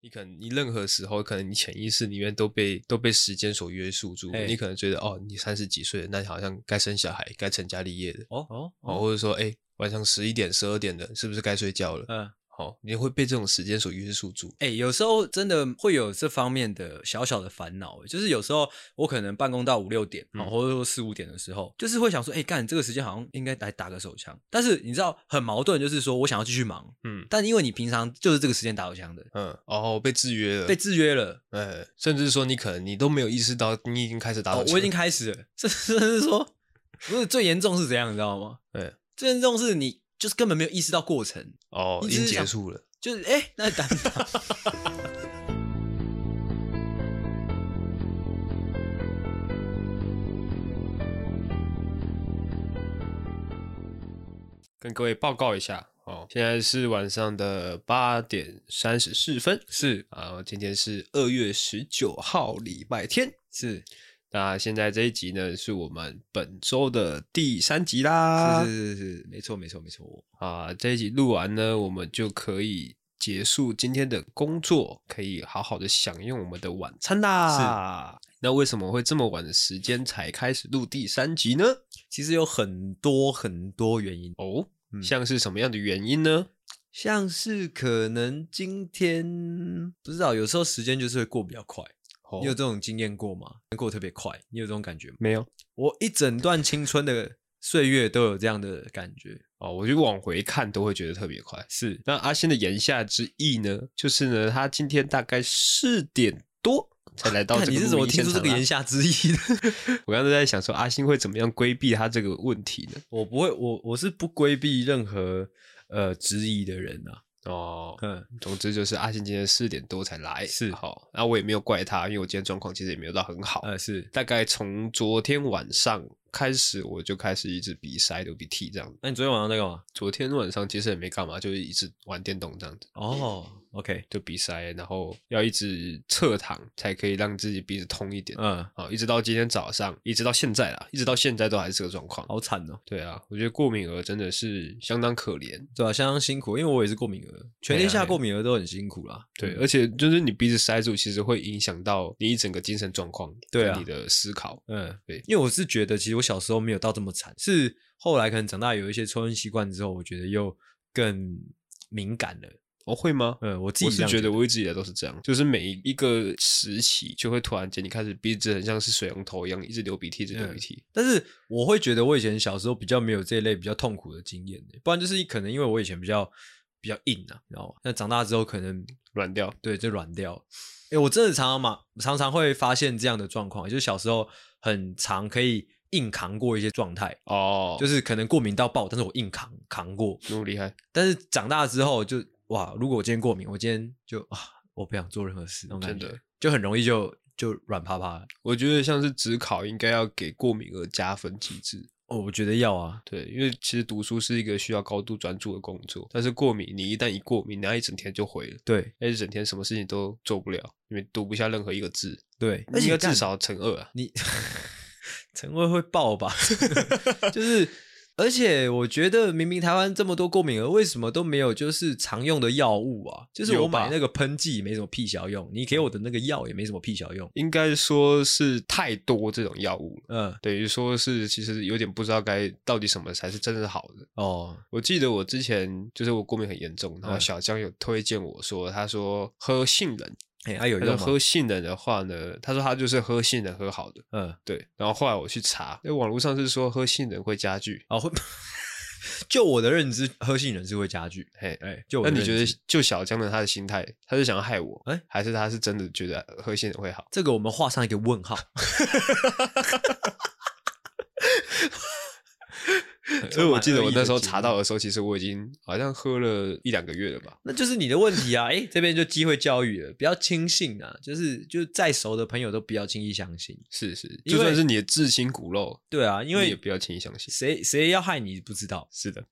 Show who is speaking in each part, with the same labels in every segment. Speaker 1: 你可能你任何时候，可能你潜意识里面都被都被时间所约束住，
Speaker 2: 哎
Speaker 1: 你可能觉得哦，你三十几岁了，那你好像该生小孩、该成家立业的，
Speaker 2: 哦哦
Speaker 1: 哦，，或者说哎，晚上十一点、十二点了，是不是该睡觉了？
Speaker 2: 嗯，
Speaker 1: 好、你会被这种时间所约束住。
Speaker 2: 哎、有时候真的会有这方面的小小的烦恼，就是有时候我可能办公到五六点，
Speaker 1: 嗯
Speaker 2: 哦或者说四五点的时候，就是会想说，哎、干这个时间好像应该来打个手枪，但是你知道很矛盾，就是说我想要继续忙，
Speaker 1: 嗯
Speaker 2: 但因为你平常就是这个时间打手枪的，
Speaker 1: 嗯，哦，被制约了，
Speaker 2: 被制约了。
Speaker 1: 呃，甚至说你可能你都没有意识到，你已经开始打手
Speaker 2: 哦，
Speaker 1: 枪
Speaker 2: 我已经开始了， 这甚至说，不是最严重是怎样，你知道吗？
Speaker 1: 对，
Speaker 2: 最严重是你就是根本没有意识到过程，
Speaker 1: 哦，
Speaker 2: 你
Speaker 1: 已
Speaker 2: 只
Speaker 1: 经
Speaker 2: 是
Speaker 1: 结
Speaker 2: 想
Speaker 1: 束了。
Speaker 2: 就是哎、诶那 打不打？
Speaker 1: 跟各位报告一下哦，现在是晚上的八点三十四分，是啊，今天是二月十九号，礼拜天。
Speaker 2: 是
Speaker 1: 那现在这一集呢，是我们本周的第三集啦。
Speaker 2: 是是是是，没错没错没错，
Speaker 1: 啊，这一集录完呢，我们就可以结束今天的工作，可以好好的享用我们的晚餐啦。那为什么会这么晚的时间才开始录第三集呢？
Speaker 2: 其实有很多很多原因，
Speaker 1: 哦，
Speaker 2: 嗯
Speaker 1: 像是什么样的原因呢？
Speaker 2: 像是可能今天不知道，有时候时间就是会过比较快，
Speaker 1: 哦
Speaker 2: 你有这种经验过吗？过得特别快，你有这种感觉吗？
Speaker 1: 没有？
Speaker 2: 我一整段青春的岁月都有这样的感觉，
Speaker 1: 哦，我就往回看都会觉得特别快。是，那阿星的言下之意呢，就是呢，他今天大概四点多才来到
Speaker 2: 看
Speaker 1: 这个
Speaker 2: 啊你是怎
Speaker 1: 录
Speaker 2: 么
Speaker 1: 音现
Speaker 2: 听出这
Speaker 1: 场
Speaker 2: 个
Speaker 1: 啦
Speaker 2: 言下之意的？
Speaker 1: 我刚才在想说，阿星会怎么样规避他这个问题呢？
Speaker 2: 我不会，我我是不规避任何呃质疑的人啊。
Speaker 1: 哦，
Speaker 2: 嗯，
Speaker 1: 总之就是阿信今天四点多才来，
Speaker 2: 是
Speaker 1: 好，那我也没有怪他，因为我今天状况其实也没有到很好。
Speaker 2: 呃是。
Speaker 1: 大概从昨天晚上开始，我就开始一直鼻塞、流鼻涕这样。
Speaker 2: 那你昨天晚上在干嘛？
Speaker 1: 昨天晚上其实也没干嘛，就是一直玩电动这样子，
Speaker 2: 哦，OK，
Speaker 1: 就鼻塞，然后要一直侧躺才可以让自己鼻子通一点。
Speaker 2: 嗯，
Speaker 1: 好，一直到今天早上，一直到现在啦，一直到现在都还是这个状况。
Speaker 2: 好惨哦。
Speaker 1: 对啊，我觉得过敏儿真的是相当可怜。
Speaker 2: 对啊，相当辛苦，因为我也是过敏儿，
Speaker 1: 对
Speaker 2: 全
Speaker 1: 啊
Speaker 2: 天下
Speaker 1: 对啊
Speaker 2: 过敏儿都很辛苦啦。
Speaker 1: 对，
Speaker 2: 嗯
Speaker 1: 而且就是你鼻子塞住，其实会影响到你一整个精神状况，
Speaker 2: 对
Speaker 1: 跟
Speaker 2: 啊
Speaker 1: 你的思考。
Speaker 2: 嗯，
Speaker 1: 对
Speaker 2: 因为我是觉得，其实我小时候没有到这么惨，是后来可能长大有一些抽烟习惯之后，我觉得又更敏感了。
Speaker 1: 哦，会吗？
Speaker 2: 嗯，我自己
Speaker 1: 我
Speaker 2: 这
Speaker 1: 是
Speaker 2: 样
Speaker 1: 觉
Speaker 2: 觉
Speaker 1: 得我一直以来都是这样，就是每一个时期就会突然间你开始鼻子很像是水龙头一样，一直流鼻涕，一直
Speaker 2: 嗯
Speaker 1: 流鼻涕。
Speaker 2: 但是我会觉得我以前小时候比较没有这一类比较痛苦的经验、欸不然就是可能因为我以前比较比较硬啊，你知道吗？那长大之后可能
Speaker 1: 软掉。
Speaker 2: 对就软掉了。哎、我真的常常嘛，常常会发现这样的状况，就是小时候很常可以硬扛过一些状态，
Speaker 1: 哦，
Speaker 2: 就是是可能过敏到爆，但是我硬扛扛过。
Speaker 1: 那么厉害，
Speaker 2: 但是长大之后就哇，如果我今天过敏，我今天就啊，我不想做任何事，那种
Speaker 1: 真
Speaker 2: 感觉
Speaker 1: 的
Speaker 2: 就很容易就就软趴趴了。
Speaker 1: 我觉得像是职考应该要给过敏儿加分机制。
Speaker 2: 哦，我觉得要啊，
Speaker 1: 对，因为其实读书是一个需要高度专注的工作，但是过敏，你一旦一过敏，那一整天就毁了，
Speaker 2: 对
Speaker 1: 那一整天什么事情都做不了，因为读不下任何一个字，
Speaker 2: 对，
Speaker 1: 应该至
Speaker 2: 干
Speaker 1: 少乘二啊。
Speaker 2: 你陈慧会爆吧？ 就是，而且我觉得明明台湾这么多过敏儿，为什么都没有就是常用的药物啊？就是我
Speaker 1: 有吧
Speaker 2: 买那个喷剂没什么屁小用，你给我的那个药也没什么屁小用。
Speaker 1: 应该说是太多这种药物了，
Speaker 2: 嗯，
Speaker 1: 等于说是其实有点不知道该到底什么才是真的好的。
Speaker 2: 哦，
Speaker 1: 我记得我之前就是我过敏很严重，然后
Speaker 2: 嗯
Speaker 1: 小江有推荐我说，他说喝杏仁，
Speaker 2: 哎，还有
Speaker 1: 他说
Speaker 2: 用吗？
Speaker 1: 喝杏仁的话呢，他说他就是喝杏仁喝好的，
Speaker 2: 嗯，
Speaker 1: 对。然后后来我去查，那网络上是说喝杏仁会加剧，
Speaker 2: 哦，会。 就我的认知，喝杏仁是会加剧。
Speaker 1: 嘿。
Speaker 2: 哎、就我
Speaker 1: 那
Speaker 2: 的
Speaker 1: 你觉
Speaker 2: 认
Speaker 1: 得
Speaker 2: 知
Speaker 1: 就小江的他的心态，他是想要害我，
Speaker 2: 哎
Speaker 1: 还是他是真的觉得喝杏仁会好？
Speaker 2: 这个我们画上一个问号。
Speaker 1: 所以我记得我那时候
Speaker 2: 充满恶意的
Speaker 1: 查到的时候，其实我已经好像喝了一两个月了吧。
Speaker 2: 那就是你的问题啊！哎、这边就机会教育了，不要轻信啊！就是就是再熟的朋友都不要轻易相信。
Speaker 1: 是是，
Speaker 2: 因
Speaker 1: 就算
Speaker 2: 为
Speaker 1: 是你的至亲骨肉，
Speaker 2: 对啊，因
Speaker 1: 你也
Speaker 2: 为
Speaker 1: 不要轻易相信。
Speaker 2: 谁谁要害你不知道。
Speaker 1: 是的，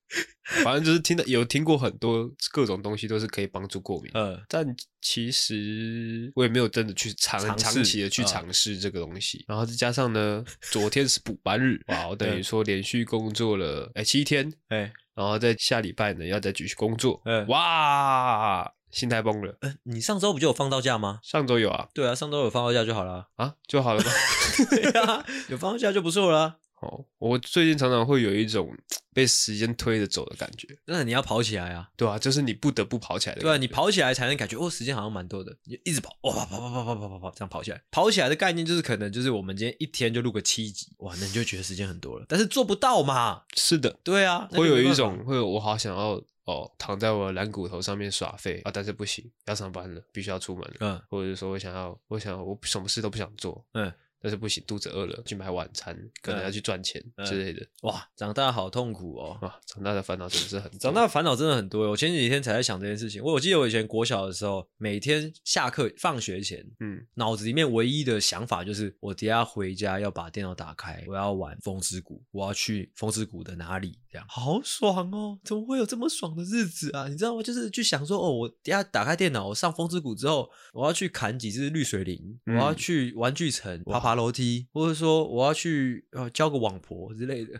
Speaker 1: 反正就是听到有听过很多各种东西都是可以帮助过敏，
Speaker 2: 呃，
Speaker 1: 但其实我也没有真的去尝
Speaker 2: 尝试
Speaker 1: 长期的去
Speaker 2: 啊
Speaker 1: 尝试这个东西。然后再加上 呢，昨天是补班日，哇，我等于
Speaker 2: 嗯
Speaker 1: 说连续工作了哎七天，
Speaker 2: 哎、
Speaker 1: 然后在下礼拜呢要再继续工作，
Speaker 2: 嗯
Speaker 1: 哇，心态崩了。
Speaker 2: 呃，你上周不就有放到假吗？
Speaker 1: 上周有啊
Speaker 2: 对啊，上周有放到假就好了。
Speaker 1: 啊就好了吗？
Speaker 2: 对啊，有放到假就不错了。
Speaker 1: 哦，我最近常常会有一种被时间推着走的感觉，
Speaker 2: 那你要跑起来啊！
Speaker 1: 对啊，就是你不得不跑起来的。
Speaker 2: 对啊，你，跑起来才能感觉哦，时间好像蛮多的，你就一直跑，哇，跑跑跑跑跑跑跑，这样跑起来。跑起来的概念就是可能就是我们今天一天就录个七集，哇，那你就觉得时间很多了，但是做不到嘛。
Speaker 1: 是的，
Speaker 2: 对啊，那就
Speaker 1: 会有
Speaker 2: 没
Speaker 1: 一
Speaker 2: 办法
Speaker 1: 种会有我好想要哦，躺在我的懒骨头上面耍废啊，但是不行，要上班了，必须要出门了，
Speaker 2: 嗯
Speaker 1: 或者是说我想要，我想要我什么事都不想做，
Speaker 2: 嗯，
Speaker 1: 但是不行，肚子饿了，去买晚餐，可能
Speaker 2: 嗯
Speaker 1: 要去赚钱
Speaker 2: 嗯
Speaker 1: 之类的。
Speaker 2: 哇，长大好痛苦哦。
Speaker 1: 啊，长大的烦恼真的是很多
Speaker 2: 长大的烦恼真的很多。欸我前几天才在想这件事情。我我记得我以前国小的时候，每天下课放学前，
Speaker 1: 嗯，
Speaker 2: 脑子里面唯一的想法就是，我等一下回家要把电脑打开，我要玩《风之谷》，我要去《风之谷》的哪里？这样好爽哦！怎么会有这么爽的日子啊？你知道吗？就是去想说，哦，我等一下打开电脑，我上《风之谷》之后，我要去砍几只绿水灵，我
Speaker 1: 嗯
Speaker 2: 要去玩具城爬爬楼梯，或者说我要去呃交个网婆之 类的。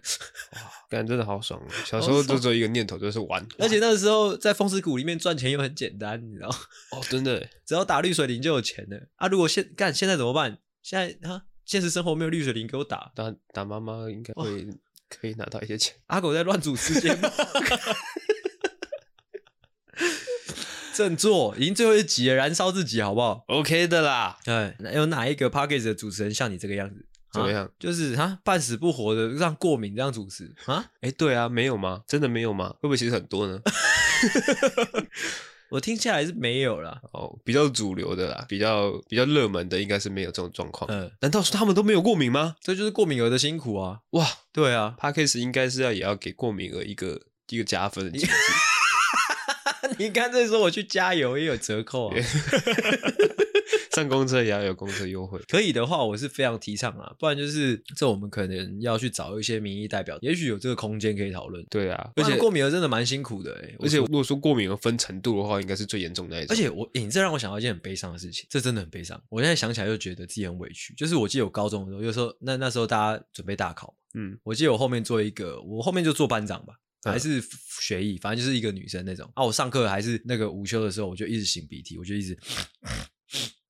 Speaker 1: 感觉真的好爽哦！小时
Speaker 2: 好
Speaker 1: 候
Speaker 2: 爽
Speaker 1: 就只有一个念头，就是玩，
Speaker 2: 而且那个时候在《风之谷》里面赚钱又很简单，你知道吗。
Speaker 1: 哦，真的耶，
Speaker 2: 只要打绿水灵就有钱了啊！如果现干现在怎么办？现在啊，现实生活没有绿水灵给我打，
Speaker 1: 打打妈妈应该会
Speaker 2: 哦
Speaker 1: 可以拿到一些钱。
Speaker 2: 阿狗在乱组时间。振作，已经最后一集了，燃烧自己好不好？
Speaker 1: OK 的啦，
Speaker 2: 哎，有哪一个 p a c k a g e 的主持人像你这个样子？
Speaker 1: 怎么
Speaker 2: 啊？
Speaker 1: 样？
Speaker 2: 就是啊，半死不活的，让过敏这样主持啊？
Speaker 1: 哎、对啊，没有吗？真的没有吗？会不会其实很多呢？
Speaker 2: 我听下来是没有啦。
Speaker 1: 哦，比较主流的啦，比较比较热门的应该是没有这种状况。
Speaker 2: 嗯，
Speaker 1: 难道是他们都没有过敏吗？
Speaker 2: 这就是过敏儿的辛苦啊。
Speaker 1: 哇
Speaker 2: 对 啊，
Speaker 1: ，Parkes 应该是要也要给过敏儿一个一个加分的机制。
Speaker 2: 你干脆说我去加油也有折扣啊。
Speaker 1: 上公车也要有公车优惠。
Speaker 2: 可以的话，我是非常提倡啊，不然就是这我们可能要去找一些民意代表，也许有这个空间可以讨论。
Speaker 1: 对啊，而
Speaker 2: 而且
Speaker 1: 且
Speaker 2: 过敏儿真的蛮辛苦的、欸，
Speaker 1: 而且如果说过敏儿分程度的话，应该是最严重的那一种。
Speaker 2: 而且我、欸你这让我想到一件很悲伤的事情，这真的很悲伤。我现在想起来就觉得自己很委屈。就是我记得我高中的时候，有时候那那时候大家准备大考嘛，
Speaker 1: 嗯，
Speaker 2: 我记得我后面做一个，我后面就做班长吧。
Speaker 1: 嗯
Speaker 2: 还是学艺，反正就是一个女生那种啊。我上课还是那个午休的时候，我就一直擤鼻涕，我就一直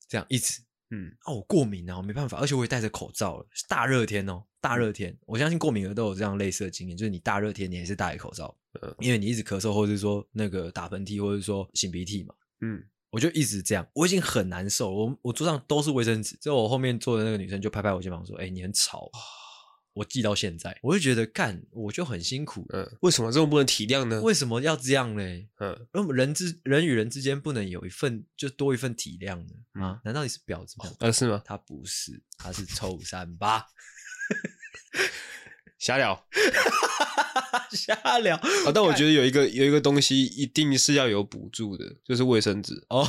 Speaker 2: 这样一直
Speaker 1: 嗯，
Speaker 2: 啊，我过敏啊，我没办法，而且我也戴着口罩了，是大热天哦，大
Speaker 1: 嗯
Speaker 2: 热天，我相信过敏儿都有这样类似的经验，就是你大热天你还是戴着口罩，
Speaker 1: 嗯
Speaker 2: 因为你一直咳嗽，或者是说那个打喷嚏，或者是说擤鼻涕嘛，
Speaker 1: 嗯，
Speaker 2: 我就一直这样，我已经很难受了，我我桌上都是卫生纸，之后我后面坐的那个女生就拍拍我肩膀说：“哎、你很吵。”我记到现在，我就觉得干，我就很辛苦，
Speaker 1: 嗯，为什么这么不能体谅呢？
Speaker 2: 为什么要这样嘞？
Speaker 1: 嗯，
Speaker 2: 那么人之人与人之间不能有一份就多一份体谅呢？
Speaker 1: 嗯
Speaker 2: 啊，难道你是婊子吗？
Speaker 1: 呃，是吗？
Speaker 2: 他不是，他是臭三八。
Speaker 1: 瞎 聊啊、
Speaker 2: 瞎聊
Speaker 1: 但我觉得有一个有一个东西一定是要有补助的，就是卫生纸
Speaker 2: 哦，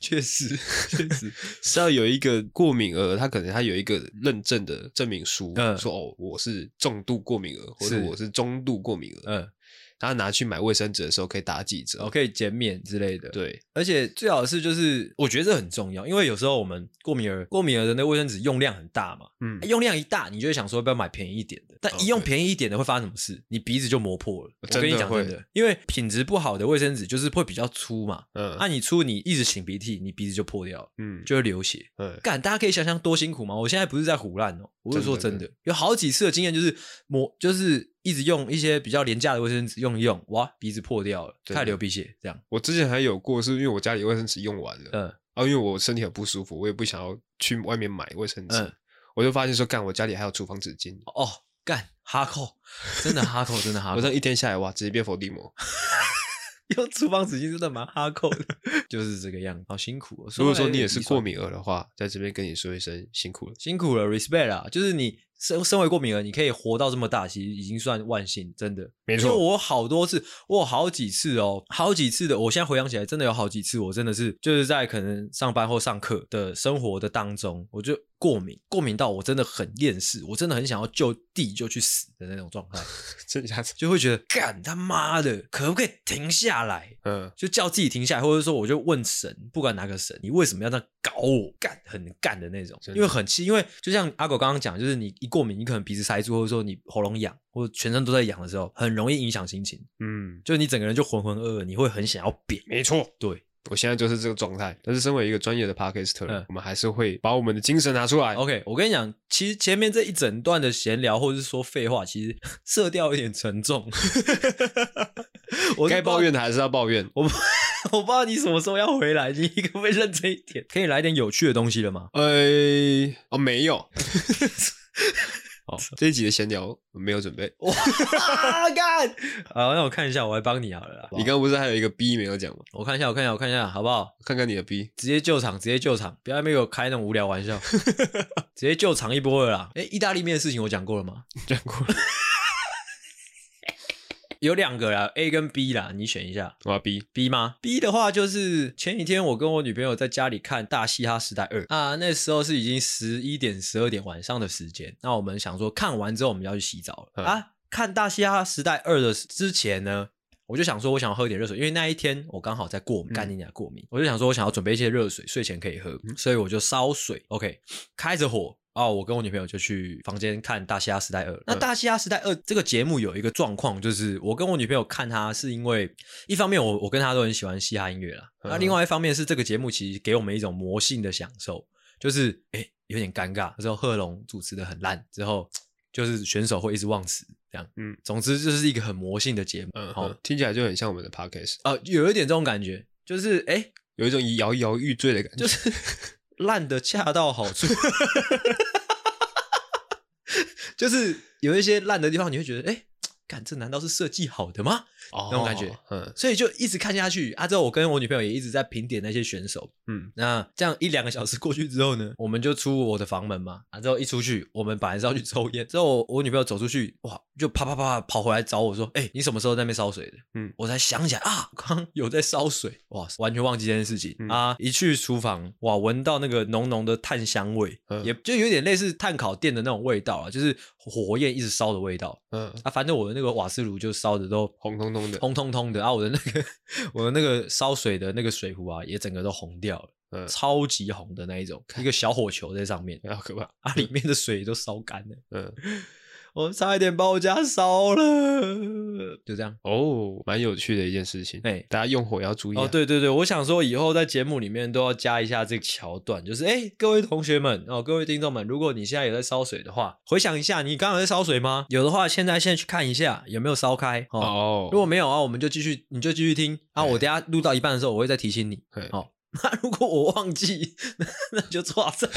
Speaker 2: 确实确实，
Speaker 1: 是要有一个过敏儿，他可能他有一个认证的证明书，
Speaker 2: 嗯
Speaker 1: 说哦我是重度过敏儿，或者
Speaker 2: 是
Speaker 1: 我是中度过敏儿，
Speaker 2: 嗯，哦
Speaker 1: 他拿去买卫生纸的时候可以打几折。
Speaker 2: 我可以减免之类的。，
Speaker 1: 对，
Speaker 2: 而且最好是就是，我觉得这很重要，因为有时候我们过敏儿过敏儿的那个卫生纸用量很大嘛，
Speaker 1: 嗯，
Speaker 2: 用量一大，你就会想说要不要买便宜一点的，但一用
Speaker 1: 哦对
Speaker 2: 便宜一点的会发生什么事？你鼻子就磨破了。我
Speaker 1: 真的
Speaker 2: 跟你讲
Speaker 1: 会
Speaker 2: 真的，因为品质不好的卫生纸就是会比较粗嘛，
Speaker 1: 嗯
Speaker 2: 啊，你粗你一直擤鼻涕，你鼻子就破掉了，
Speaker 1: 嗯，
Speaker 2: 就会流血。
Speaker 1: 嗯
Speaker 2: 干，大家可以想象多辛苦吗？我现在不是在胡乱哦，我是说真的，
Speaker 1: 真的
Speaker 2: 有好几次的经验就是抹，就是一直用一些比较廉价的卫生纸用一用，哇，鼻子破掉了，
Speaker 1: 真的
Speaker 2: 开始流鼻血，这样，
Speaker 1: 我之前还有过，是因为我家里卫生纸用完了，
Speaker 2: 嗯
Speaker 1: 啊，因为我身体很不舒服，我也不想要去外面买卫生纸，
Speaker 2: 嗯，
Speaker 1: 我就发现说，干，我家里还有厨房纸巾，
Speaker 2: 哦，干，哈扣，真的哈扣，真的哈
Speaker 1: 我
Speaker 2: 扣
Speaker 1: 这，样一天下来，哇，直接变伏地 魔。
Speaker 2: 用厨房纸巾真的蛮哈扣的，就是这个样子，好辛苦、哦。
Speaker 1: 如果说
Speaker 2: 来
Speaker 1: 你
Speaker 2: 有
Speaker 1: 也
Speaker 2: 点
Speaker 1: 是
Speaker 2: 鼻
Speaker 1: 过
Speaker 2: 酸，
Speaker 1: 敏儿的话，在这边跟你说一声辛苦了。
Speaker 2: 辛苦了，respect 啦，就是你。身身为过敏儿，你可以活到这么大，其实已经算万幸，真的。
Speaker 1: 没
Speaker 2: 因为，我有好多次，我有好几次哦，好几次的，我现在回想起来，真的有好几次，我真的是就是在可能上班或上课的生活的当中，我就过敏，过敏到我真的很厌世，我真的很想要就地就去死的那种状态，
Speaker 1: 真假子，
Speaker 2: 就会觉得干他妈的，可不可以停下来？
Speaker 1: 嗯
Speaker 2: 就叫自己停下来，或者说我就问神，不管哪个神，你为什么要这样搞我，干很干的那种，
Speaker 1: 真的
Speaker 2: 因为很气，因为就像阿狗刚刚讲，就是你一过敏，你可能鼻子塞住，或者说你喉咙痒，或者全身都在痒的时候，很容易影响心情，
Speaker 1: 嗯，
Speaker 2: 就是你整个人就浑浑噩噩，你会很想要扁。
Speaker 1: 没错，
Speaker 2: 对
Speaker 1: 我现在就是这个状态。但是身为一个专业的 podcaster，、
Speaker 2: 嗯哦
Speaker 1: 我们还是会把我们的精神拿出来。
Speaker 2: ，OK，我跟你讲，其实前面这一整段的闲聊或者是说废话，其实色调有点沉 重。我是
Speaker 1: 该
Speaker 2: 不知道
Speaker 1: 抱怨的还是要抱怨。
Speaker 2: 我不我不知道你什么时候要回来，你可不可以认真一点？可以来点有趣的东西了吗？
Speaker 1: 呃，哦，没有。
Speaker 2: 哦
Speaker 1: 好， 这一集的闲聊没有准备。
Speaker 2: 啊，干！ 好，那我看一下，我来帮你好了啦。
Speaker 1: 你刚刚不是还有一个 B 没有讲吗？
Speaker 2: 我看一下，我看一下，我看一下，好不好？
Speaker 1: 看看你的 B。
Speaker 2: 直接救场，直接救场，不要在那边给我开那种无聊 玩笑，直接救场一波了啦。哎、意大利面的事情我讲过了吗？
Speaker 1: 讲过了，
Speaker 2: 有两个啦，A 跟 B 啦，你选一下。
Speaker 1: 我要 B。
Speaker 2: B 吗？B 的话就是前几天我跟我女朋友在家里看《大嘻哈时代二》啊，那时候是已经十一点、十二点晚上的时间。那我们想说看完之后我们要去洗澡了
Speaker 1: 嗯
Speaker 2: 啊。看《大嘻哈时代二》的之前呢，我就想说我想要喝点热水，因为那一天我刚好在过敏，
Speaker 1: 嗯
Speaker 2: 干你俩过敏，我就想说我想要准备一些热水，睡前可以喝，所以我就烧水，OK，开着火。啊，我跟我女朋友就去房间看《大嘻哈时代二》。嗯那《大嘻哈时代二》这个节目有一个状况，就是我跟我女朋友看它，是因为一方面我我跟她都很喜欢嘻哈音乐啦，那、
Speaker 1: 嗯
Speaker 2: 另外一方面是这个节目其实给我们一种魔性的享受，就是诶、有点尴尬，那时候贺龙主持的很烂，之后就是选手会一直忘词这样，
Speaker 1: 嗯
Speaker 2: 嗯，总之就是一个很魔性的节目，
Speaker 1: 嗯，
Speaker 2: 好、
Speaker 1: 好，听起来就很像我们的 podcast，
Speaker 2: 呃，有一点这种感觉，就是诶、
Speaker 1: 有一种摇摇欲坠的感觉。
Speaker 2: 就是烂的恰到好处， 就是有一些烂的地方，你会觉得，哎、干这难道是设计好的吗？
Speaker 1: 哦
Speaker 2: 那种感觉。
Speaker 1: 嗯
Speaker 2: 所以就一直看下去啊。之后我跟我女朋友也一直在评点那些选手。
Speaker 1: 嗯，
Speaker 2: 那这样一两个小时过去之后呢，我们就出我的房门嘛。啊，之后一出去，我们本来是要去抽烟，之后我我女朋友走出去，哇，就啪啪啪跑回来找我说：“哎、你什么时候在那边烧水的？”
Speaker 1: 嗯
Speaker 2: 嗯，我才想起来啊，刚刚有在烧水，哇，完全忘记这件事情、
Speaker 1: 嗯
Speaker 2: 啊。一去厨房，哇，闻到那个浓浓的炭香味，
Speaker 1: 嗯
Speaker 2: 也就有点类似炭烤店的那种味道啊，就是火焰一直烧的味道
Speaker 1: 嗯，
Speaker 2: 啊。反正我的那个瓦斯炉就烧的都
Speaker 1: 红彤彤的。
Speaker 2: 红彤彤的啊！我的那个 我的那个烧水的那个水壶啊，也整个都红掉了，
Speaker 1: 嗯，
Speaker 2: 超级红的那一种，一个小火球在上面，
Speaker 1: 好可怕。
Speaker 2: 啊，里面的水都烧干了，
Speaker 1: 嗯，
Speaker 2: 我差一点把我家烧了， 就这样。
Speaker 1: 哦，蛮有趣的一件事情。
Speaker 2: 哎
Speaker 1: 大家用火要注意啊。
Speaker 2: 哦，对对对，我想说以后在节目里面都要加一下这个桥段，就是哎，各位同学们哦，各位听众们，如果你现在有在烧水的话，回想一下，你刚刚有在烧水吗？有的话，现在现在去看一下有没有烧开哦。
Speaker 1: 哦，
Speaker 2: 如果没有啊，我们就继续，你就继续听啊。
Speaker 1: 对
Speaker 2: 我等一下录到一半的时候，我会再提醒你。
Speaker 1: 对
Speaker 2: 哦，那如果我忘记， 那那就错在。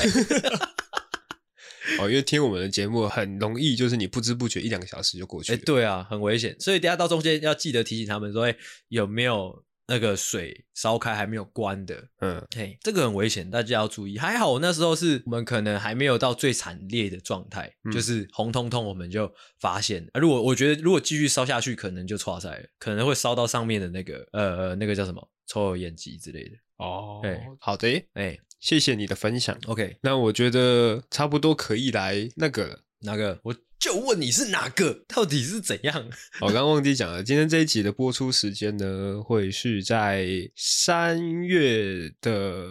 Speaker 1: 哦，因为听我们的节目很容易，就是你不知不觉一两个小时就过去
Speaker 2: 哎，
Speaker 1: 了。
Speaker 2: 对啊，很危险。所以等一下到中间要记得提醒他们说，哎，有没有那个水烧开还没有关的？
Speaker 1: 嗯
Speaker 2: 嘿，这个很危险，大家要注意。还好我那时候是我们可能还没有到最惨烈的状态，
Speaker 1: 嗯
Speaker 2: 就是红彤彤，我们就发现。啊如果我觉得如果继续烧下去，可能就错在了，可能会烧到上面的那个呃呃那个叫什么抽油烟机之类的。
Speaker 1: 哦
Speaker 2: 对，
Speaker 1: 好的，
Speaker 2: 哎
Speaker 1: 谢谢你的分享。
Speaker 2: ，OK，
Speaker 1: 那我觉得差不多可以来那个了。
Speaker 2: 哪个？我就问你是哪个？到底是怎样？
Speaker 1: 我哦刚刚忘记讲了，今天这一集的播出时间呢，会是在三月的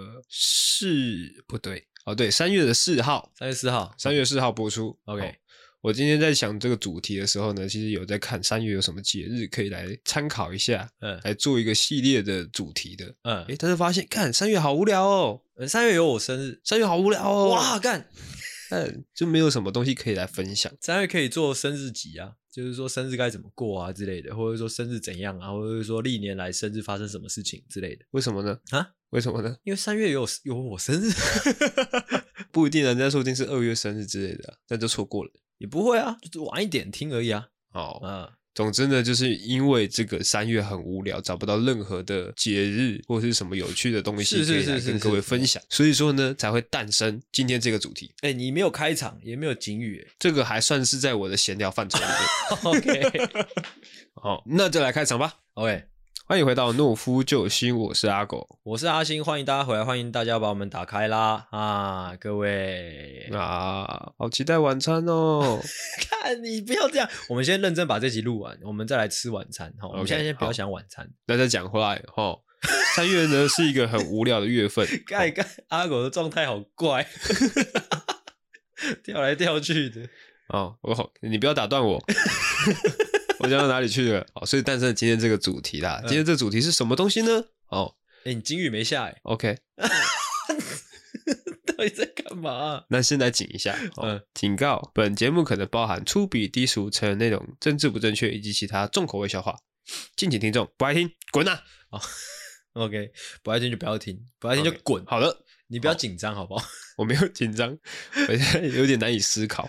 Speaker 1: 四不对哦，对，三月的四号，
Speaker 2: 三月四号，
Speaker 1: 三月哦四号播出。
Speaker 2: OK
Speaker 1: 好我今天在想这个主题的时候呢，其实有在看三月有什么节日可以来参考一下，
Speaker 2: 嗯
Speaker 1: 来做一个系列的主题的。诶，
Speaker 2: 嗯
Speaker 1: 但是发现，看三月好无聊哦，
Speaker 2: 呃，三月有我生日，
Speaker 1: 三月好无聊哦，
Speaker 2: 哇，，干！
Speaker 1: 但就没有什么东西可以来分享。
Speaker 2: 三月可以做生日集啊，就是说生日该怎么过啊之类的，或者说生日怎样啊，或者说历年来生日发生什么事情之类的。
Speaker 1: 为什么呢？
Speaker 2: 啊？
Speaker 1: 为什么呢？
Speaker 2: 因为三月有有我生日，
Speaker 1: 不一定，人家说不定是二月生日之类的啊，那就错过了。
Speaker 2: 也不会啊，就是晚一点听而已啊。
Speaker 1: 哦，
Speaker 2: 啊，
Speaker 1: 总之呢，就是因为这个三月很无聊，找不到任何的节日或是什么有趣的东西
Speaker 2: 是
Speaker 1: 可
Speaker 2: 是
Speaker 1: 以来
Speaker 2: 是是
Speaker 1: 跟
Speaker 2: 是
Speaker 1: 各位分享，所以说呢，才会诞生今天这个主题。
Speaker 2: 哎、你没有开场，也没有警语、欸
Speaker 1: 这个还算是在我的闲聊范畴里 面。
Speaker 2: OK
Speaker 1: 好，那就来开场吧。
Speaker 2: OK，
Speaker 1: 欢迎回到懦夫救星，我是阿狗。
Speaker 2: 我是阿星，欢迎大家回来，欢迎大家把我们打开啦啊，各位。
Speaker 1: 啊，好期待晚餐哦！
Speaker 2: 看你不要这样，我们先认真把这集录完，我们再来吃晚餐。好，我们
Speaker 1: OK，
Speaker 2: 现在先不
Speaker 1: 好
Speaker 2: 要想晚餐。
Speaker 1: 那再讲回来哈，三月呢是一个很无聊的月份，
Speaker 2: 盖盖阿狗的状态好怪， 跳来跳去的。
Speaker 1: 哦，我好，你不要打断我， 我讲到哪里去了？哦，所以诞生了今天这个主题啦。
Speaker 2: 嗯
Speaker 1: 今天这主题是什么东西呢？哦
Speaker 2: 哎、你金鱼没下哎、
Speaker 1: ，OK，
Speaker 2: 到底在干嘛啊、
Speaker 1: 那先来警一下，哦
Speaker 2: 嗯
Speaker 1: 警告：本节目可能包含粗鄙、低俗、成人内容、政治不正确以及其他重口味笑话，敬请听众不爱听滚呐、
Speaker 2: OK，不爱听就不要听，不爱听就
Speaker 1: OK，
Speaker 2: 滚。
Speaker 1: 好了，
Speaker 2: 你不要紧张好不 好？
Speaker 1: 我没有紧张，我现在有点难以思考。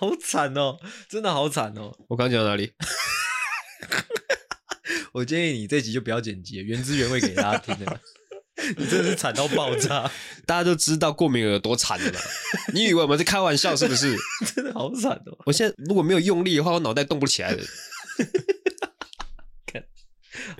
Speaker 2: 好惨哦，真的好惨哦！
Speaker 1: 我刚讲到哪里？
Speaker 2: 我建议你这集就不要剪辑了，原汁原味给大家听的。 你真的是惨到爆炸，
Speaker 1: 大家都知道过敏儿有多惨的嘛？你以为我们在开玩笑是不是？
Speaker 2: 真的好惨哦！
Speaker 1: 我现在如果没有用力的话，我脑袋动不起来的。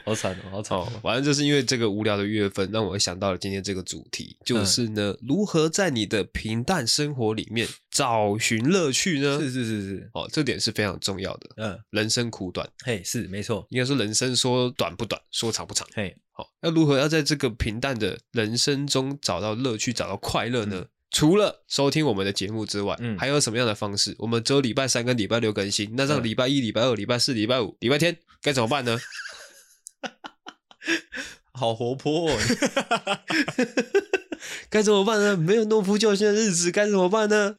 Speaker 2: 好惨哦，好惨
Speaker 1: 哦
Speaker 2: 哦！，
Speaker 1: 反正就是因为这个无聊的月份，让我想到了今天这个主题，就
Speaker 2: 嗯
Speaker 1: 是呢，如何在你的平淡生活里面找寻乐趣呢？
Speaker 2: 是是是是，
Speaker 1: 哦，这点是非常重要的。
Speaker 2: 嗯，
Speaker 1: 人生苦短，
Speaker 2: 嘿，是没错，
Speaker 1: 应该说人生说短不短，说长不长。
Speaker 2: 嘿，
Speaker 1: 好、那如何要在这个平淡的人生中找到乐趣、找到快乐呢？除了收听我们的节目之外，
Speaker 2: 嗯
Speaker 1: 还有什么样的方式？我们只有礼拜三跟礼拜六更新，那让
Speaker 2: 嗯
Speaker 1: 礼拜一、礼拜二、礼拜四、礼拜五、礼拜天该怎么办呢？
Speaker 2: 好活泼哦！
Speaker 1: 该怎么办呢？没有诺夫救星的日子该怎么办呢？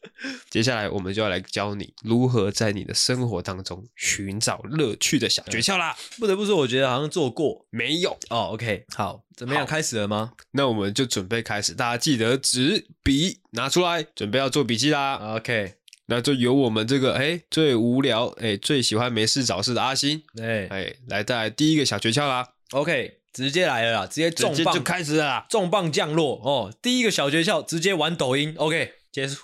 Speaker 1: 接下来我们就要来教你如何在你的生活当中寻找乐趣的小诀窍啦。
Speaker 2: 不得不说，我觉得好像做过
Speaker 1: 嗯没有，
Speaker 2: 哦。OK，好，怎么样？
Speaker 1: 好
Speaker 2: 开始了吗
Speaker 1: 那我们就准备开始，大家记得纸笔拿出来，准备要做笔记啦。
Speaker 2: ？OK，
Speaker 1: 那就由我们这个哎最无聊哎最喜欢没事找事的阿星
Speaker 2: 哎、
Speaker 1: 哎来带来第一个小诀窍啦，
Speaker 2: o k 直接来了啦，直接
Speaker 1: 直
Speaker 2: 重
Speaker 1: 接就
Speaker 2: 磅
Speaker 1: 开始了啦。
Speaker 2: 重磅降落哦！第一个小诀窍，直接玩抖音。OK，结束。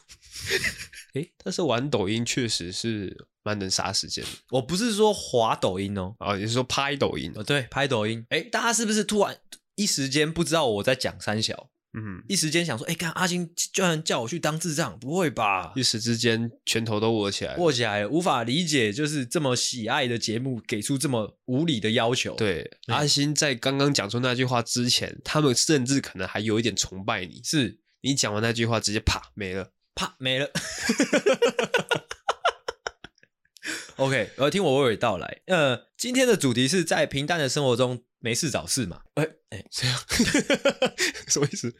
Speaker 1: 哎，但是玩抖音确实是蛮能杀时间的
Speaker 2: 我不是说滑抖音哦，
Speaker 1: 哦，你是说拍抖音？
Speaker 2: 哦对，拍抖音。哎，大家是不是突然一时间不知道我在讲三小？
Speaker 1: 嗯，
Speaker 2: 一时间想说，哎，看阿星居然叫我去当智障，不会吧
Speaker 1: 一？时之间拳头都握起来了。
Speaker 2: 握起来了无法理解，就是这么喜爱的节目给出这么无理的要求。，
Speaker 1: 对，
Speaker 2: 嗯
Speaker 1: 阿星在刚刚讲出那句话之前，他们甚至可能还有一点崇拜你。
Speaker 2: 是
Speaker 1: 你讲完那句话，直接啪没了。
Speaker 2: 啪没了。OK，呃，听我娓娓道来。呃，今天的主题是在平淡的生活中没事找事嘛。哎、哎、
Speaker 1: 什么意思？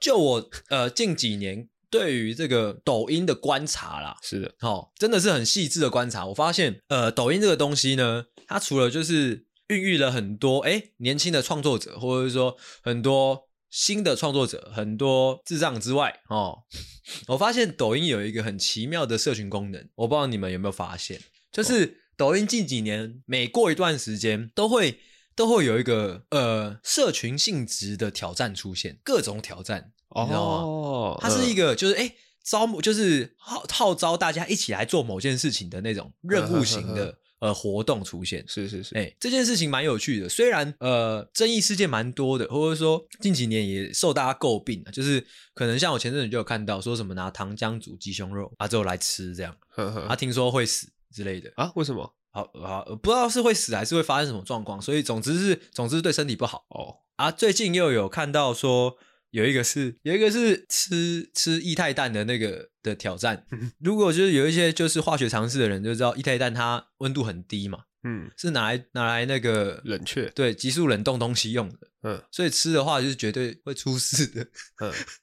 Speaker 2: 就我呃近几年对于这个抖音的观察啦，
Speaker 1: 是的，
Speaker 2: 哦，真的是很细致的观察。我发现，呃，抖音这个东西呢，它除了就是孕育了很多哎年轻的创作者，或者是说很多新的创作者，很多智障之外，哦， 我发现抖音有一个很奇妙的社群功能，我不知道你们有没有发现，就是抖音近几年每过一段时间都会。都会有一个呃社群性质的挑战出现，各种挑战，你知道吗？
Speaker 1: 哦
Speaker 2: 它是一
Speaker 1: 个
Speaker 2: 个就是哎、诶招募就是号号召大家一起来做某件事情的那种任务型
Speaker 1: 嗯哼
Speaker 2: 的呃活动出现。
Speaker 1: 嗯是是是，
Speaker 2: 哎、这件事情蛮有趣的，虽然呃争议事件蛮多的，或者说近几年也受大家诟病啊，就是可能像我前阵子就有看到说什么拿糖浆煮鸡胸肉啊之后来吃这样，
Speaker 1: 呵呵
Speaker 2: 啊听说会死之类的，
Speaker 1: 嗯啊，为什么？
Speaker 2: 好好呃不知道是会死还是会发生什么状况，所以总之是总之对身体不好。
Speaker 1: 哦，
Speaker 2: 啊，最近又有看到说有一个是有一个是吃吃液态蛋的那个的挑战。如果就是有一些就是化学常识的人就知道，液态蛋它温度很低嘛，
Speaker 1: 嗯，
Speaker 2: 是拿来拿来那个
Speaker 1: 冷却，
Speaker 2: 对急速冷冻东西用的，
Speaker 1: 嗯
Speaker 2: 所以吃的话就是绝对会出事的
Speaker 1: 嗯，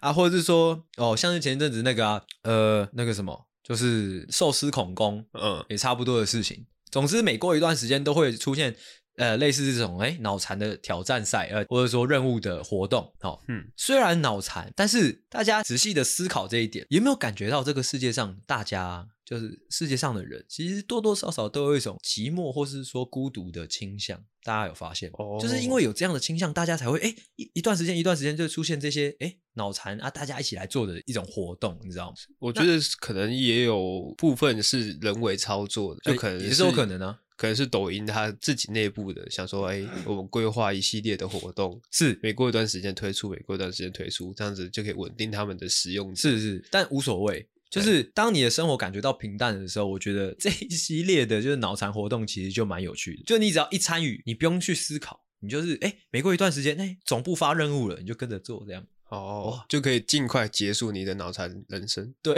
Speaker 2: 啊，或者是说哦，像是前一阵子那个啊，呃，那个什么，就是寿司恐攻，
Speaker 1: 嗯，
Speaker 2: 也差不多的事情。总之，每过一段时间都会出现呃类似这种哎脑残的挑战赛，呃或者说任务的活动。哦，
Speaker 1: 嗯，
Speaker 2: 虽然脑残，但是大家仔细的思考这一点，有没有感觉到这个世界上大家就是世界上的人，其实多多少少都有一种寂寞或是说孤独的倾向。大家有发现吗？
Speaker 1: 哦
Speaker 2: 就是因为有这样的倾向，大家才会哎一一段时间一段时间就出现这些哎脑残啊，大家一起来做的一种活动，你知道吗？
Speaker 1: 我觉得可能也有部分是人为操作的，就可能
Speaker 2: 哎也是有可能啊。
Speaker 1: 可能是抖音它自己内部的，想说，哎，我们规划一系列的活动，
Speaker 2: 是
Speaker 1: 每过一段时间推出，每过一段时间推出，这样子就可以稳定他们的使用者。
Speaker 2: 是是，但无所谓。就是当你的生活感觉到平淡的时候，我觉得这一系列的就是脑残活动其实就蛮有趣的。就你只要一参与，你不用去思考，你就是哎，每过一段时间，哎，总部发任务了，你就跟着做这样。
Speaker 1: 哦，就可以尽快结束你的脑残人生。
Speaker 2: 对，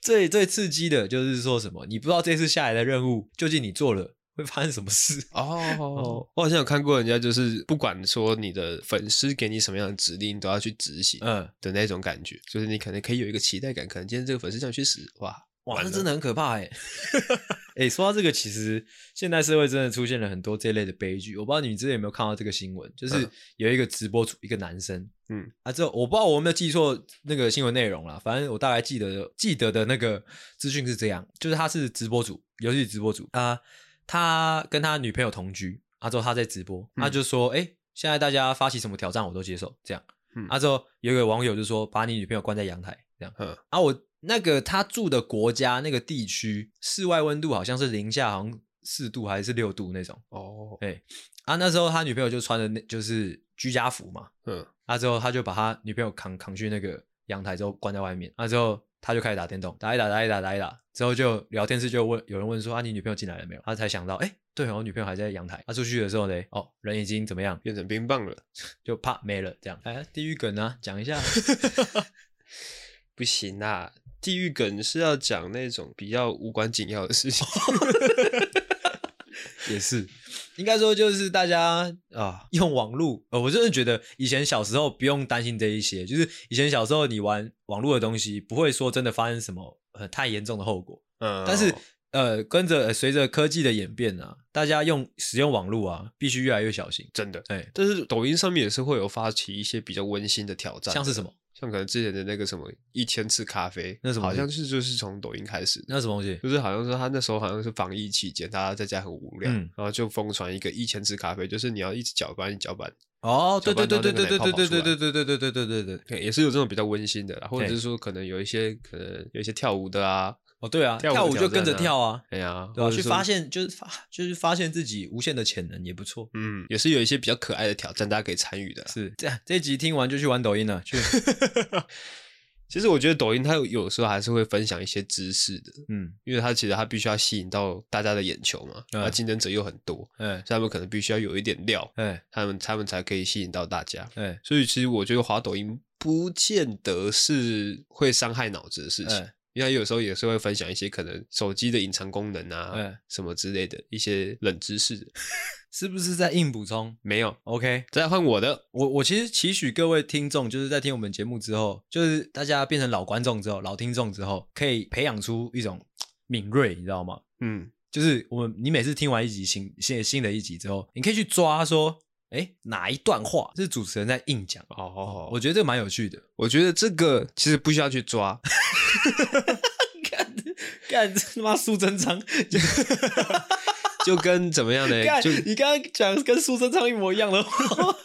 Speaker 2: 最最刺激的就是说什么，你不知道这次下来的任务究竟你做了会发生什么事。
Speaker 1: 哦，我好像有看过人家就是不管说你的粉丝给你什么样的指令，你都要去执行
Speaker 2: 嗯，
Speaker 1: 的那种感觉，就是你可能可以有一个期待感，可能今天这个粉丝叫你去死，哇，
Speaker 2: 哇，
Speaker 1: 完
Speaker 2: 那
Speaker 1: 了
Speaker 2: 真的很可怕哎、 欸。哎、说到这个，其实现代社会真的出现了很多这类的悲剧。我不知道你们之前有没有看到这个新闻，就是
Speaker 1: 嗯
Speaker 2: 有一个直播主，一个男生，
Speaker 1: 嗯
Speaker 2: 啊，这我不知道我有没有记错那个新闻内容啦，反正我大概记得记得的那个资讯是这样，就是他是直播主，游戏直播主啊、他跟他女朋友同居，啊之后他在直播，
Speaker 1: 嗯
Speaker 2: 他就说，哎、现在大家发起什么挑战我都接受，这样，
Speaker 1: 嗯
Speaker 2: 啊之后有一个网友就说，把你女朋友关在阳台，这样。
Speaker 1: 嗯，
Speaker 2: 啊，我那个他住的国家那个地区，室外温度好像是零下，好像四度还是六度那种。
Speaker 1: 哦，
Speaker 2: 哎、啊，那时候他女朋友就穿的那就是居家服嘛，
Speaker 1: 嗯，
Speaker 2: 啊之后他就把他女朋友扛扛去那个阳台之后关在外面，啊之后他就开始打电动，打一打打一打打一打，之后就聊天室就问有人问说啊你女朋友进来了没有？他才想到，哎、对哦，我女朋友还在阳台。他、出去的时候嘞，哦，人已经怎么样，
Speaker 1: 变成冰棒了，
Speaker 2: 就啪没了这样。哎，地狱梗啊，讲一下。
Speaker 1: 不行啦。地狱梗是要讲那种比较无关紧要的事情，
Speaker 2: 也是，应该说就是大家啊，用网络，呃，我真的觉得以前小时候不用担心这一些，就是以前小时候你玩网络的东西，不会说真的发生什么呃太严重的后果，
Speaker 1: 嗯
Speaker 2: 但是呃，跟着呃随着科技的演变啊，大家用使用网络啊，必须越来越小心。
Speaker 1: 真的，
Speaker 2: 哎，
Speaker 1: 但是抖音上面也是会有发起一些比较温馨的挑战，
Speaker 2: 像是什么？
Speaker 1: 像可能之前的那个什么一千次咖啡，
Speaker 2: 那什么
Speaker 1: 好像是就是从抖音开始的，
Speaker 2: 那什么东西？
Speaker 1: 就是好像说他那时候好像是防疫期间，大家在家很无聊，
Speaker 2: 嗯
Speaker 1: 然后就疯传一个一千次咖啡，就是你要一直搅拌，一直搅拌，
Speaker 2: 哦，对
Speaker 1: 搅
Speaker 2: 对
Speaker 1: 拌
Speaker 2: 对对
Speaker 1: 到那个奶
Speaker 2: 对对
Speaker 1: 泡
Speaker 2: 对
Speaker 1: 跑
Speaker 2: 对
Speaker 1: 出来
Speaker 2: 对对对对对对对对，
Speaker 1: 对也是有这种比较温馨的啦，或者
Speaker 2: 对
Speaker 1: 是说可能有一些可能有一些跳舞的啊，
Speaker 2: 哦对啊，
Speaker 1: 跳舞
Speaker 2: 跳舞
Speaker 1: 挑
Speaker 2: 就跟着
Speaker 1: 战啊
Speaker 2: 跳啊，
Speaker 1: 哎呀，
Speaker 2: 对吧、
Speaker 1: 或者
Speaker 2: 去
Speaker 1: 说
Speaker 2: 发，现就是发就是发现自己无限的潜能也不错。
Speaker 1: 嗯，也是有一些比较可爱的挑战，大家可以参与的啦。
Speaker 2: 是 这样，这集听完就去玩抖音了， 去。
Speaker 1: 其实我觉得抖音它有有时候还是会分享一些知识的，
Speaker 2: 嗯，
Speaker 1: 因为它其实它必须要吸引到大家的眼球嘛，
Speaker 2: 嗯
Speaker 1: 那竞争者又很多，
Speaker 2: 哎
Speaker 1: 所以他们可能必须要有一点料，
Speaker 2: 哎
Speaker 1: 他们他们才可以吸引到大家。
Speaker 2: 哎
Speaker 1: 所以其实我觉得滑抖音不见得是会伤害脑子的事情，
Speaker 2: 哎
Speaker 1: 因为它有时候也是会分享一些可能手机的隐藏功能啊、
Speaker 2: 哎，
Speaker 1: 什么之类的一些冷知识。
Speaker 2: 是不是在硬补充
Speaker 1: 没有，
Speaker 2: ？OK，
Speaker 1: 再换我的，
Speaker 2: 我我其实期许各位听众，就是在听我们节目之后，就是大家变成老观众之后、老听众之后，可以培养出一种敏锐，你知道吗？
Speaker 1: 嗯，
Speaker 2: 就是我们你每次听完一集新新新的一集之后，你可以去抓说，哎，哪一段话是主持人在硬讲？
Speaker 1: 哦
Speaker 2: 我觉得这个蛮有趣的。
Speaker 1: 我觉得这个其实不需要去抓，
Speaker 2: 干干，这他妈苏贞昌，
Speaker 1: 就跟怎么样 呢？就
Speaker 2: 你刚刚讲跟苏贞昌一模一样的话。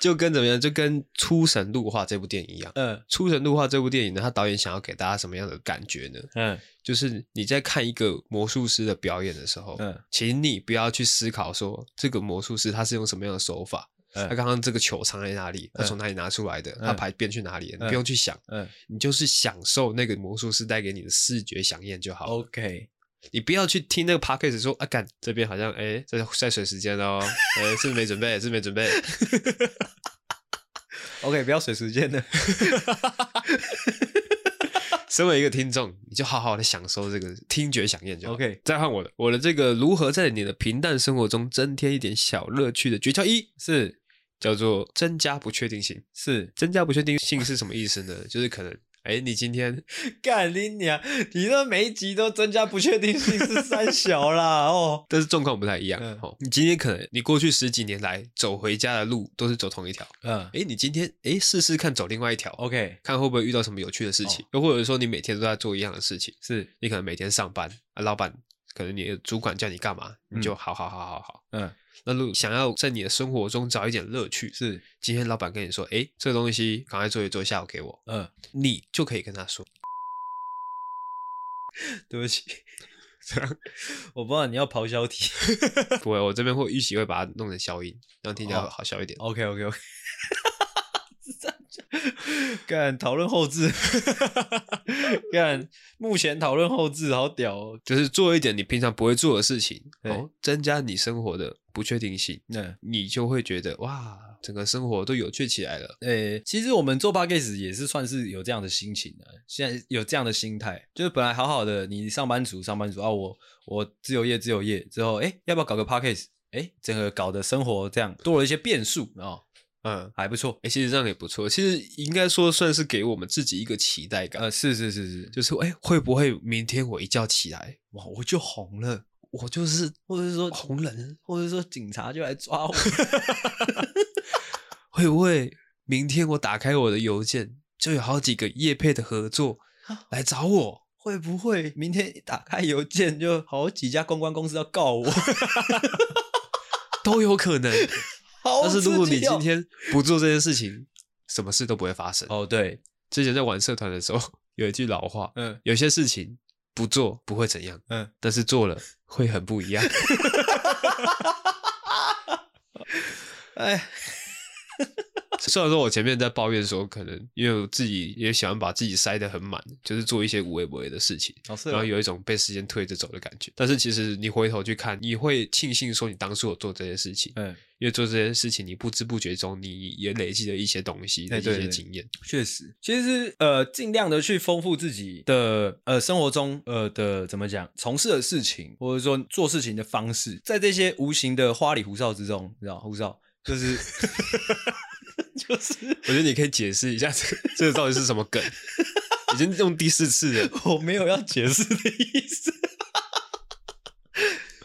Speaker 1: 就跟怎么样，就跟《出神入化》这部电影一样。
Speaker 2: 嗯
Speaker 1: 《出神入化》这部电影呢，它导演想要给大家什么样的感觉呢？
Speaker 2: 嗯
Speaker 1: 就是你在看一个魔术师的表演的时候，
Speaker 2: 嗯
Speaker 1: 请你不要去思考说这个魔术师他是用什么样的手法，
Speaker 2: 嗯
Speaker 1: 他刚刚这个球藏在哪里，他
Speaker 2: 嗯
Speaker 1: 从哪里拿出来的，
Speaker 2: 嗯
Speaker 1: 他牌变去哪里，你
Speaker 2: 嗯
Speaker 1: 不用去想，
Speaker 2: 嗯
Speaker 1: 你就是享受那个魔术师带给你的视觉享宴就好。
Speaker 2: ，OK。
Speaker 1: 你不要去听那个 p o d c a s t 说啊，干这边好像哎在在水时间哦，哎是不是没准备，是不是没准备，
Speaker 2: OK，不要水时间的。
Speaker 1: 身为一个听众，你就好好的享受这个听觉响宴就好。
Speaker 2: OK
Speaker 1: 再换我的，我的这个如何在你的平淡生活中增添一点小乐趣的诀窍一是叫做增加不确定性。
Speaker 2: 是
Speaker 1: 增加不确定性是什么意思呢？ 就是可能。哎，你今天
Speaker 2: 干你娘！你这每一集都增加不确定性是三小啦哦。
Speaker 1: 但是状况不太一样、
Speaker 2: 嗯
Speaker 1: 哦。你今天可能你过去十几年来走回家的路都是走同一条，
Speaker 2: 嗯
Speaker 1: 哎，你今天哎试试看走另外一条，
Speaker 2: ，OK，
Speaker 1: 看会不会遇到什么有趣的事情，又或者说你每天都在做一样的事情，
Speaker 2: 是
Speaker 1: 你可能每天上班，啊、老板可能你的主管叫你干嘛，你就
Speaker 2: 嗯
Speaker 1: 好好好好好。
Speaker 2: 嗯
Speaker 1: 那如果想要在你的生活中找一点乐趣，
Speaker 2: 是
Speaker 1: 今天老板跟你说，哎，这个东西赶快做一做，下午给我，
Speaker 2: 嗯，
Speaker 1: 你就可以跟他 说，
Speaker 2: 对不起， 我不知道你要咆哮 体。
Speaker 1: 不会，我这边会预期会把它弄成消音，让听起来
Speaker 2: 哦
Speaker 1: 好笑一点。
Speaker 2: OK OK OK，干讨论后置， 干目前讨论后置好屌哦。
Speaker 1: 就是做一点你平常不会做的事情，
Speaker 2: 对嗯
Speaker 1: 哦，增加你生活的不确定性，
Speaker 2: 那
Speaker 1: 你就会觉得哇，整个生活都有趣起来了。
Speaker 2: 诶、其实我们做 podcast 也是算是有这样的心情的、现在有这样的心态，就是本来好好的，你上班族上班族啊，我我自由业自由业之后，诶、要不要搞个 podcast？诶、整个搞的生活这样多了一些变数哦，
Speaker 1: 嗯，
Speaker 2: 还不错。
Speaker 1: 哎、其实这样也不错。其实应该说算是给我们自己一个期待感，
Speaker 2: 呃，是是是是，
Speaker 1: 就
Speaker 2: 就
Speaker 1: 是哎、诶会不会明天我一觉起来，
Speaker 2: 哇，我就红了，
Speaker 1: 我就是
Speaker 2: 或者说
Speaker 1: 红人？
Speaker 2: 或者说警察就来抓我，
Speaker 1: 会不会明天我打开我的邮件，就有好几个业配的合作
Speaker 2: 啊
Speaker 1: 来找我？
Speaker 2: 会不会明天一打开邮件就好几家公关公司要告我？
Speaker 1: 都有可能，
Speaker 2: 好
Speaker 1: 但是如果
Speaker 2: 刺
Speaker 1: 你
Speaker 2: 激哦
Speaker 1: 今天不做这件事情，什么事都不会发生。
Speaker 2: 哦对，
Speaker 1: 之前在玩社团的时候，有一句老话，
Speaker 2: 嗯
Speaker 1: 有些事情不做不会怎样，
Speaker 2: 嗯，
Speaker 1: 但是做了会很不一样。
Speaker 2: 哎，
Speaker 1: 虽然说我前面在抱怨说，可能因为我自己也喜欢把自己塞得很满，就是做一些无微不为的事情，
Speaker 2: 老师
Speaker 1: 然后有一种被时间推着走的感觉。但是其实你回头去看，你会庆幸说你当初有做这件事情，
Speaker 2: 嗯，
Speaker 1: 因为做这件事情，你不知不觉中你也累积了一些东西，
Speaker 2: 哎
Speaker 1: 累积
Speaker 2: 对
Speaker 1: 一些
Speaker 2: 对
Speaker 1: 经验。
Speaker 2: 确实，其实呃，尽量的去丰富自己的呃生活中呃的怎么讲，从事的事情，或者说做事情的方式，在这些无形的花里胡哨之中，你知道胡哨就是 就是
Speaker 1: 我觉得你可以解释一下这个这个到底是什么梗，已经用第四次 了。
Speaker 2: 我没有要解释的意思。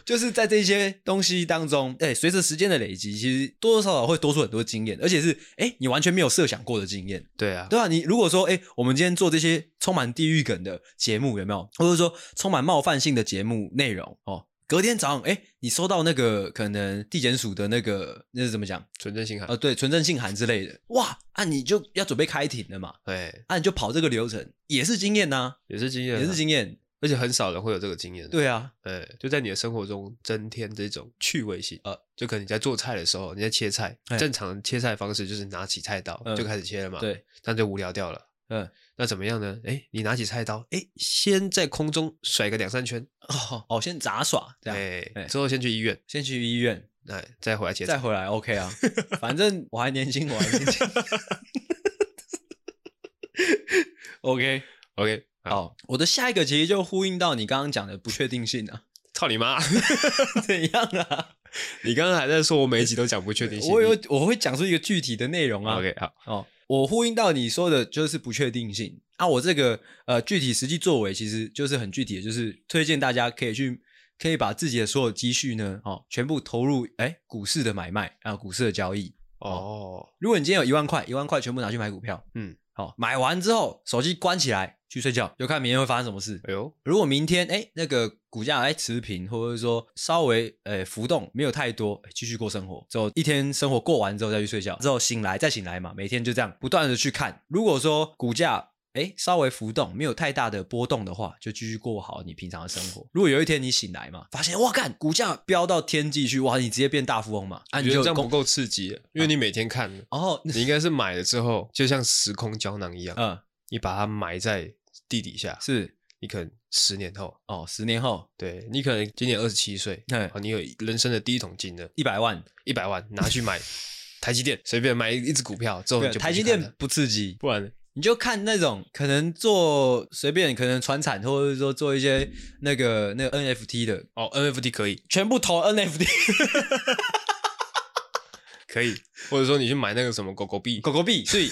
Speaker 2: 就是在这些东西当中，哎、随着时间的累积，其实多多少少会多出很多经验，而且是哎、你完全没有设想过的经验。
Speaker 1: 对啊，
Speaker 2: 对啊，你如果说，哎、我们今天做这些充满地域梗的节目，有没有？或者说充满冒犯性的节目内容哦？隔天早上，哎、你收到那个可能地检署的那个那是怎么讲？
Speaker 1: 纯真心寒
Speaker 2: 呃，。对，存证信函之类的，哇，啊，你就要准备开庭了嘛？
Speaker 1: 对，
Speaker 2: 啊，你就跑这个流程，也是经验呐、
Speaker 1: 哎也是经验、啊
Speaker 2: 也是，经验。
Speaker 1: 而且很少人会有这个经验。，
Speaker 2: 对啊，
Speaker 1: 哎，就在你的生活中增添这种趣味性。呃，就可能你在做菜的时候，你在切菜，
Speaker 2: 哎
Speaker 1: 正常切菜方式就是拿起菜刀、
Speaker 2: 嗯
Speaker 1: 就开始切了嘛，，
Speaker 2: 对，
Speaker 1: 那就无聊掉了。
Speaker 2: 嗯，
Speaker 1: 那怎么样呢？哎，你拿起菜刀，哎，先在空中甩个两三圈，
Speaker 2: 哦，哦，先杂耍这样，
Speaker 1: 哎
Speaker 2: 哎，
Speaker 1: 之后先去医院，
Speaker 2: 先去医院，
Speaker 1: 哎，再回来切
Speaker 2: 再
Speaker 1: 菜。
Speaker 2: 回来 OK 啊，反正我还年轻，我还年轻。OK，
Speaker 1: OK，好，
Speaker 2: 好，我的下一个其实就呼应到你刚刚讲的不确定性啊，
Speaker 1: 操你妈！
Speaker 2: 怎样啊？
Speaker 1: 你刚刚还在说我每一集都讲不确定性，
Speaker 2: 我有
Speaker 1: 你
Speaker 2: 我会讲出一个具体的内容啊。
Speaker 1: OK 好，
Speaker 2: 哦，我呼应到你说的就是不确定性啊，我这个呃具体实际作为其实就是很具体的，就是推荐大家可以去。可以把自己的所有积蓄呢，哦，全部投入哎股市的买卖啊，股市的交易，
Speaker 1: 哦，
Speaker 2: 如果你今天有一万块，一万块全部拿去买股票，
Speaker 1: 嗯，
Speaker 2: 好，买完之后手机关起来去睡觉，就看明天会发生什么事。
Speaker 1: 哎呦，
Speaker 2: 如果明天哎、那个股价哎持平，或者说稍微呃浮动没有太多，哎继续过生活，之后一天生活过完之后再去睡觉，之后醒来再醒来嘛，每天就这样不断的去看。如果说股价哎稍微浮动没有太大的波动的话，就继续过好你平常的生活。如果有一天你醒来嘛，发现哇干股价飙到天际去，哇你直接变大富翁嘛，啊
Speaker 1: 我
Speaker 2: 你
Speaker 1: 觉得
Speaker 2: 就啊
Speaker 1: 这样不
Speaker 2: 攻，
Speaker 1: 够刺激，因为你每天看，
Speaker 2: 然后
Speaker 1: 你应该是买了之后，就像时空胶囊一样，
Speaker 2: 嗯
Speaker 1: 你把它埋在地底下，
Speaker 2: 是
Speaker 1: 你可能十年后，
Speaker 2: 哦，十年后
Speaker 1: 对你可能今年二十七 岁，
Speaker 2: 嗯
Speaker 1: 啊，你有人生的第一桶金了，
Speaker 2: 一百万，
Speaker 1: 一百万拿去买台积电，随便买一只股票之后
Speaker 2: 对，啊
Speaker 1: 你就不去
Speaker 2: 台积
Speaker 1: 看
Speaker 2: 电
Speaker 1: 了，
Speaker 2: 不刺激，
Speaker 1: 不然
Speaker 2: 你就看那种可能做随便，可能传产或者说做一些那个那个 NFT 的，
Speaker 1: 哦，NFT 可以
Speaker 2: 全部投 NFT
Speaker 1: 可以，或者说你去买那个什么狗狗币，
Speaker 2: 狗狗币，所以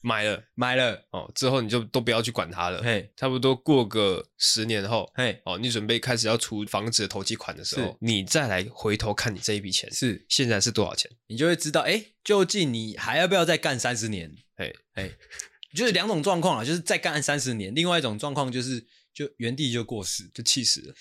Speaker 1: 买了
Speaker 2: 买了，
Speaker 1: 哦，之后你就都不要去管它了，
Speaker 2: 嘿
Speaker 1: 差不多过个十年后。
Speaker 2: 嘿
Speaker 1: 哦，你准备开始要出房子的头期款的时候
Speaker 2: 是，
Speaker 1: 你再来回头看你这一笔钱
Speaker 2: 是，
Speaker 1: 现在是多少钱？
Speaker 2: 你就会知道，哎，究竟你还要不要再干三十年？
Speaker 1: 哎
Speaker 2: 哎，就是两种状况啊，就是再干三十年，另外一种状况就是就原地就过世，
Speaker 1: 就气死了。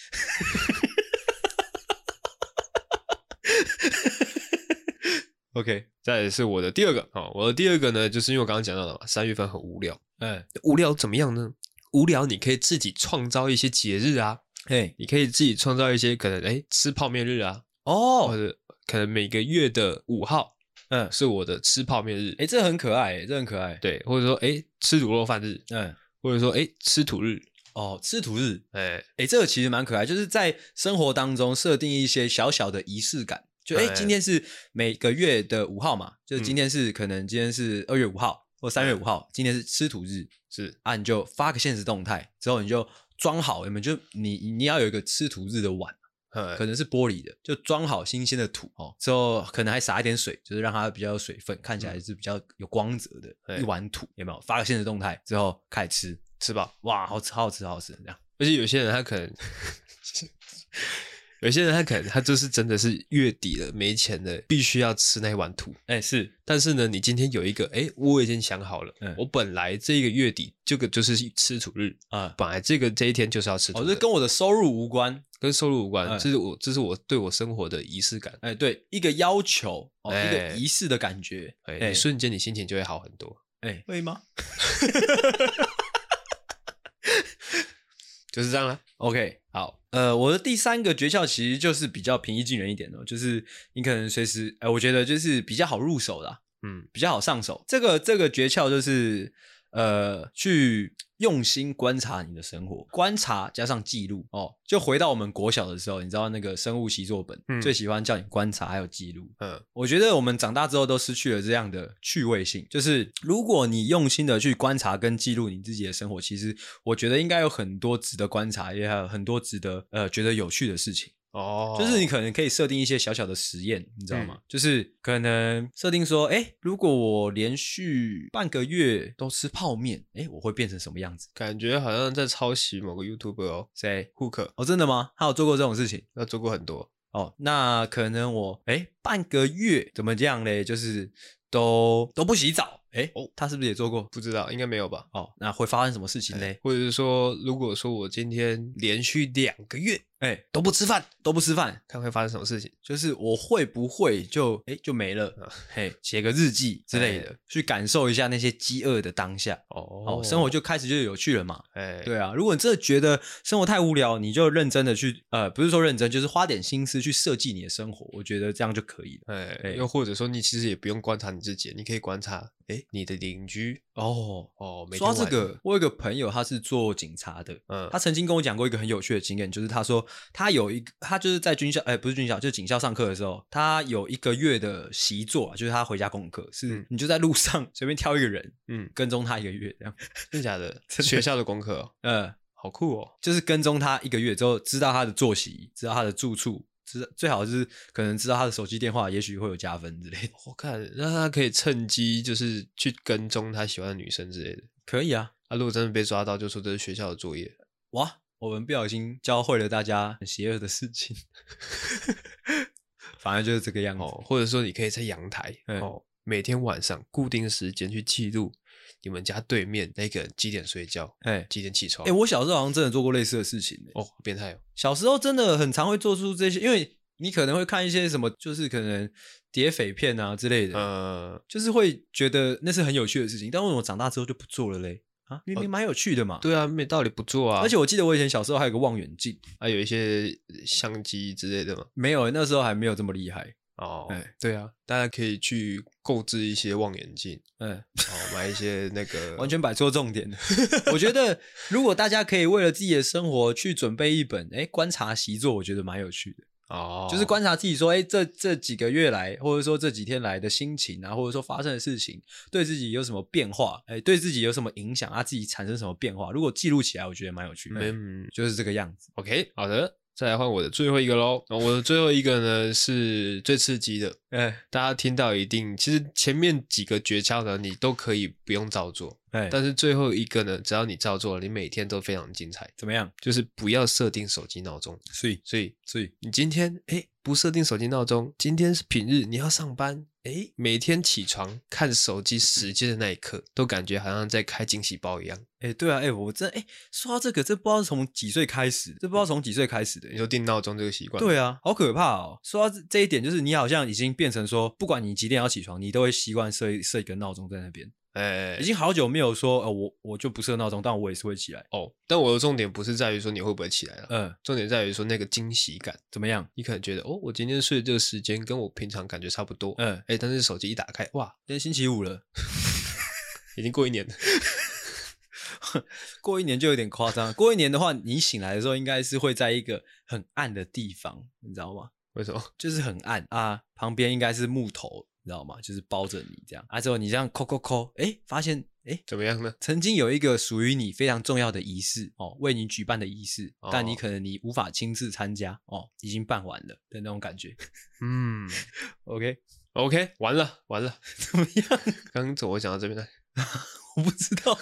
Speaker 2: OK，
Speaker 1: 再来是我的第二个哦，我的第二个呢，就是因为我刚刚讲到了嘛，三月份很无聊，
Speaker 2: 嗯，
Speaker 1: 无聊怎么样呢？无聊你可以自己创造一些节日啊，
Speaker 2: 嘿，
Speaker 1: 你可以自己创造一些可能哎吃泡面日啊，或
Speaker 2: 哦，
Speaker 1: 者可能每个月的五号
Speaker 2: 嗯，
Speaker 1: 是我的吃泡面日，
Speaker 2: 哎，这很可爱，这很可爱，
Speaker 1: 对，或者说哎吃卤肉饭日，
Speaker 2: 嗯，
Speaker 1: 或者说哎吃土日，
Speaker 2: 哦，吃土日，
Speaker 1: 哎
Speaker 2: 哎、这个其实蛮可爱，就是在生活当中设定一些小小的仪式感，就哎、
Speaker 1: 哎
Speaker 2: 今天是每个月的五号嘛，就是今天是、可能今天是二月五号或三月五号，今天是吃土日
Speaker 1: 是
Speaker 2: 啊，你就发个现实动态之后，你就装好，你们就你你要有一个吃土日的碗，
Speaker 1: 嗯
Speaker 2: 可能是玻璃的，就装好新鲜的土哦，之后可能还撒一点水，就是让它比较有水分，看起来是比较有光泽的、
Speaker 1: 哎
Speaker 2: 一碗土，有没有？发个现实动态之后开始吃，
Speaker 1: 吃饱。
Speaker 2: 哇，好吃好吃好吃，这样
Speaker 1: 而且有些人他可能， 有些人他可能他就是真的是月底了没钱了，必须要吃那碗土。
Speaker 2: 哎、是
Speaker 1: 但是呢，你今天有一个，哎，我已经想好了，
Speaker 2: 嗯
Speaker 1: 我本来这个月底这个就是吃土日，
Speaker 2: 啊。
Speaker 1: 本来这个这一天就是要吃土
Speaker 2: 哦，
Speaker 1: 的，
Speaker 2: 这跟我的收入无关，
Speaker 1: 跟收入无关，
Speaker 2: 嗯
Speaker 1: 这是我这是我对我生活的仪式感。
Speaker 2: 哎，对，一个要求，哦，一
Speaker 1: 哎
Speaker 2: 个仪式的感觉，
Speaker 1: 哎、你瞬间你心情就会好很多。
Speaker 2: 哎，会吗
Speaker 1: 就是这样啊啦。
Speaker 2: ？OK，好，呃，我的第三个诀窍其实就是比较平易近人一点的，就是你可能随时，哎，我觉得就是比较好入手啦，
Speaker 1: 嗯，
Speaker 2: 比较好上手。这个这个诀窍就是，呃，去用心观察你的生活，观察加上记录哦。就回到我们国小的时候，你知道那个生物习作本、
Speaker 1: 嗯
Speaker 2: 最喜欢叫你观察还有记录，
Speaker 1: 嗯，
Speaker 2: 我觉得我们长大之后都失去了这样的趣味性。就是如果你用心的去观察跟记录你自己的生活，其实我觉得应该有很多值得观察，也还有很多值得呃觉得有趣的事情。
Speaker 1: 哦
Speaker 2: 就是你可能可以设定一些小小的实验，你知道吗？就是可能设定说，哎，如果我连续半个月都吃泡面，哎，我会变成什么样子？
Speaker 1: 感觉好像在抄袭某个 YouTuber 哦
Speaker 2: 谁？
Speaker 1: ，Hook
Speaker 2: 哦，真的吗？他有做过这种事情？
Speaker 1: 他做过很多，
Speaker 2: 哦，那可能我哎半个月怎么这样嘞？就是都都不洗澡，哎
Speaker 1: 哦
Speaker 2: 哦，他是不是也做过？
Speaker 1: 不知道应该没有吧？
Speaker 2: 哦，那会发生什么事情嘞？
Speaker 1: 或者是说，如果说我今天连续两个月
Speaker 2: 哎，
Speaker 1: 都不吃饭，
Speaker 2: 都不吃饭，
Speaker 1: 看会发生什么事情？
Speaker 2: 就是我会不会就哎就没了
Speaker 1: 啊？
Speaker 2: 嘿，写个日记之类的，去感受一下那些饥饿的当下。
Speaker 1: 哦
Speaker 2: 哦，生活就开始就有趣了嘛。
Speaker 1: 哎，
Speaker 2: 对啊，如果你真的觉得生活太无聊，你就认真的去，呃，不是说认真，就是花点心思去设计你的生活，我觉得这样就可以了。
Speaker 1: 哎，
Speaker 2: 哎
Speaker 1: 又或者说，你其实也不用观察你自己，你可以观察，哎，你的邻居
Speaker 2: 哦，
Speaker 1: 哦。每天
Speaker 2: 说到这
Speaker 1: 晚
Speaker 2: 个，，我有一个朋友，他是做警察的，
Speaker 1: 嗯，
Speaker 2: 他曾经跟我讲过一个很有趣的经验，就是他说他有一个，他就是在军校，哎、不是军校，就是警校上课的时候，他有一个月的习作啊，就是他回家功课，是、
Speaker 1: 嗯
Speaker 2: 你就在路上随便挑一个人，
Speaker 1: 嗯，
Speaker 2: 跟踪他一个月，这样，
Speaker 1: 真假的？
Speaker 2: 真的
Speaker 1: 学校的功课哦
Speaker 2: 呃，
Speaker 1: 好酷哦。
Speaker 2: 就是跟踪他一个月之后，知道他的作息，知道他的住处，知最好是可能知道他的手机电话，也许会有加分之类的。
Speaker 1: 我看，那他可以趁机就是去跟踪他喜欢的女生之类的。
Speaker 2: 可以啊，
Speaker 1: 啊，如果真的被抓到，就说这是学校的作业。
Speaker 2: 哇，我们不小心教会了大家很邪恶的事情，反正就是这个样子。
Speaker 1: 哦，或者说你可以在阳台、
Speaker 2: 嗯
Speaker 1: 哦，每天晚上固定时间去记录你们家对面那个人几点睡觉，
Speaker 2: 哎、
Speaker 1: 几点起床。
Speaker 2: 哎、我小时候好像真的做过类似的事情、欸。
Speaker 1: 哦，好变态哦，
Speaker 2: 小时候真的很常会做出这些，因为你可能会看一些什么，就是可能谍匪片啊之类的，
Speaker 1: 呃，
Speaker 2: 就是会觉得那是很有趣的事情。但为什么长大之后就不做了嘞？啊，明明蛮有趣的嘛。、
Speaker 1: 哦对啊，没道理不做啊。
Speaker 2: 而且我记得我以前小时候还有个望远镜，
Speaker 1: 还有一些相机之类的嘛。
Speaker 2: 没有、那时候还没有这么厉害。
Speaker 1: 哦，
Speaker 2: 哎
Speaker 1: 对啊，大家可以去购置一些望远镜，
Speaker 2: 嗯，
Speaker 1: 哦，买一些那个
Speaker 2: 完全摆错重点了。 我觉得如果大家可以为了自己的生活去准备一本，哎、观察习作，我觉得蛮有趣的。
Speaker 1: 哦，
Speaker 2: 就是观察自己说，哎、这这几个月来，或者说这几天来的心情啊，或者说发生的事情，对自己有什么变化？哎、对自己有什么影响啊？自己产生什么变化？如果记录起来，我觉得蛮有趣的。
Speaker 1: 嗯
Speaker 2: 就是这个样子。
Speaker 1: OK，好的，再来换我的最后一个喽。那我的最后一个呢是最刺激的，
Speaker 2: 哎
Speaker 1: 大家听到一定，其实前面几个诀窍呢，你都可以不用照做，
Speaker 2: 哎，
Speaker 1: 但是最后一个呢，只要你照做了，你每天都非常精彩。
Speaker 2: 怎么样？
Speaker 1: 就是不要设定手机闹钟，
Speaker 2: 所以，
Speaker 1: 所以
Speaker 2: 所以，
Speaker 1: 你今天哎不设定手机闹钟，今天是平日，你要上班，哎每天起床看手机时间的那一刻，都感觉好像在开惊喜包一样。
Speaker 2: 哎、对啊，哎、我真哎、说到这个，这不知道是从几岁开始，这不知道从几岁开始的、
Speaker 1: 你说定闹钟这个习惯，，
Speaker 2: 对啊，好可怕哦！说到这这一点，就是你好像已经变成说，不管你几点要起床，你都会习惯设一设一个闹钟在那边。
Speaker 1: 哎
Speaker 2: 已经好久没有说，呃，我我就不设闹钟，但我也是会起来。
Speaker 1: 哦，但我的重点不是在于说你会不会起来了，
Speaker 2: 嗯、
Speaker 1: 重点在于说那个惊喜感。
Speaker 2: 怎么样？
Speaker 1: 你可能觉得哦，我今天睡的这个时间跟我平常感觉差不多，
Speaker 2: 嗯，
Speaker 1: 哎，但是手机一打开，哇，
Speaker 2: 今天星期五了，
Speaker 1: 已经过一年了。
Speaker 2: 过一年就有点夸张。过一年的话，你醒来的时候应该是会在一个很暗的地方，你知道吗？
Speaker 1: 为什么？
Speaker 2: 就是很暗啊，旁边应该是木头，你知道吗？就是包着你这样啊，之后你这样抠抠抠，哎，发现哎，诶
Speaker 1: 怎么样呢？
Speaker 2: 曾经有一个属于你非常重要的仪式哦，为你举办的仪式，
Speaker 1: 哦
Speaker 2: 但你可能你无法亲自参加哦，已经办完了的那种感觉。
Speaker 1: 嗯
Speaker 2: OK，
Speaker 1: ，OK，完了完了，
Speaker 2: 怎么样？
Speaker 1: 刚刚怎么讲到这边来？
Speaker 2: 我不知道。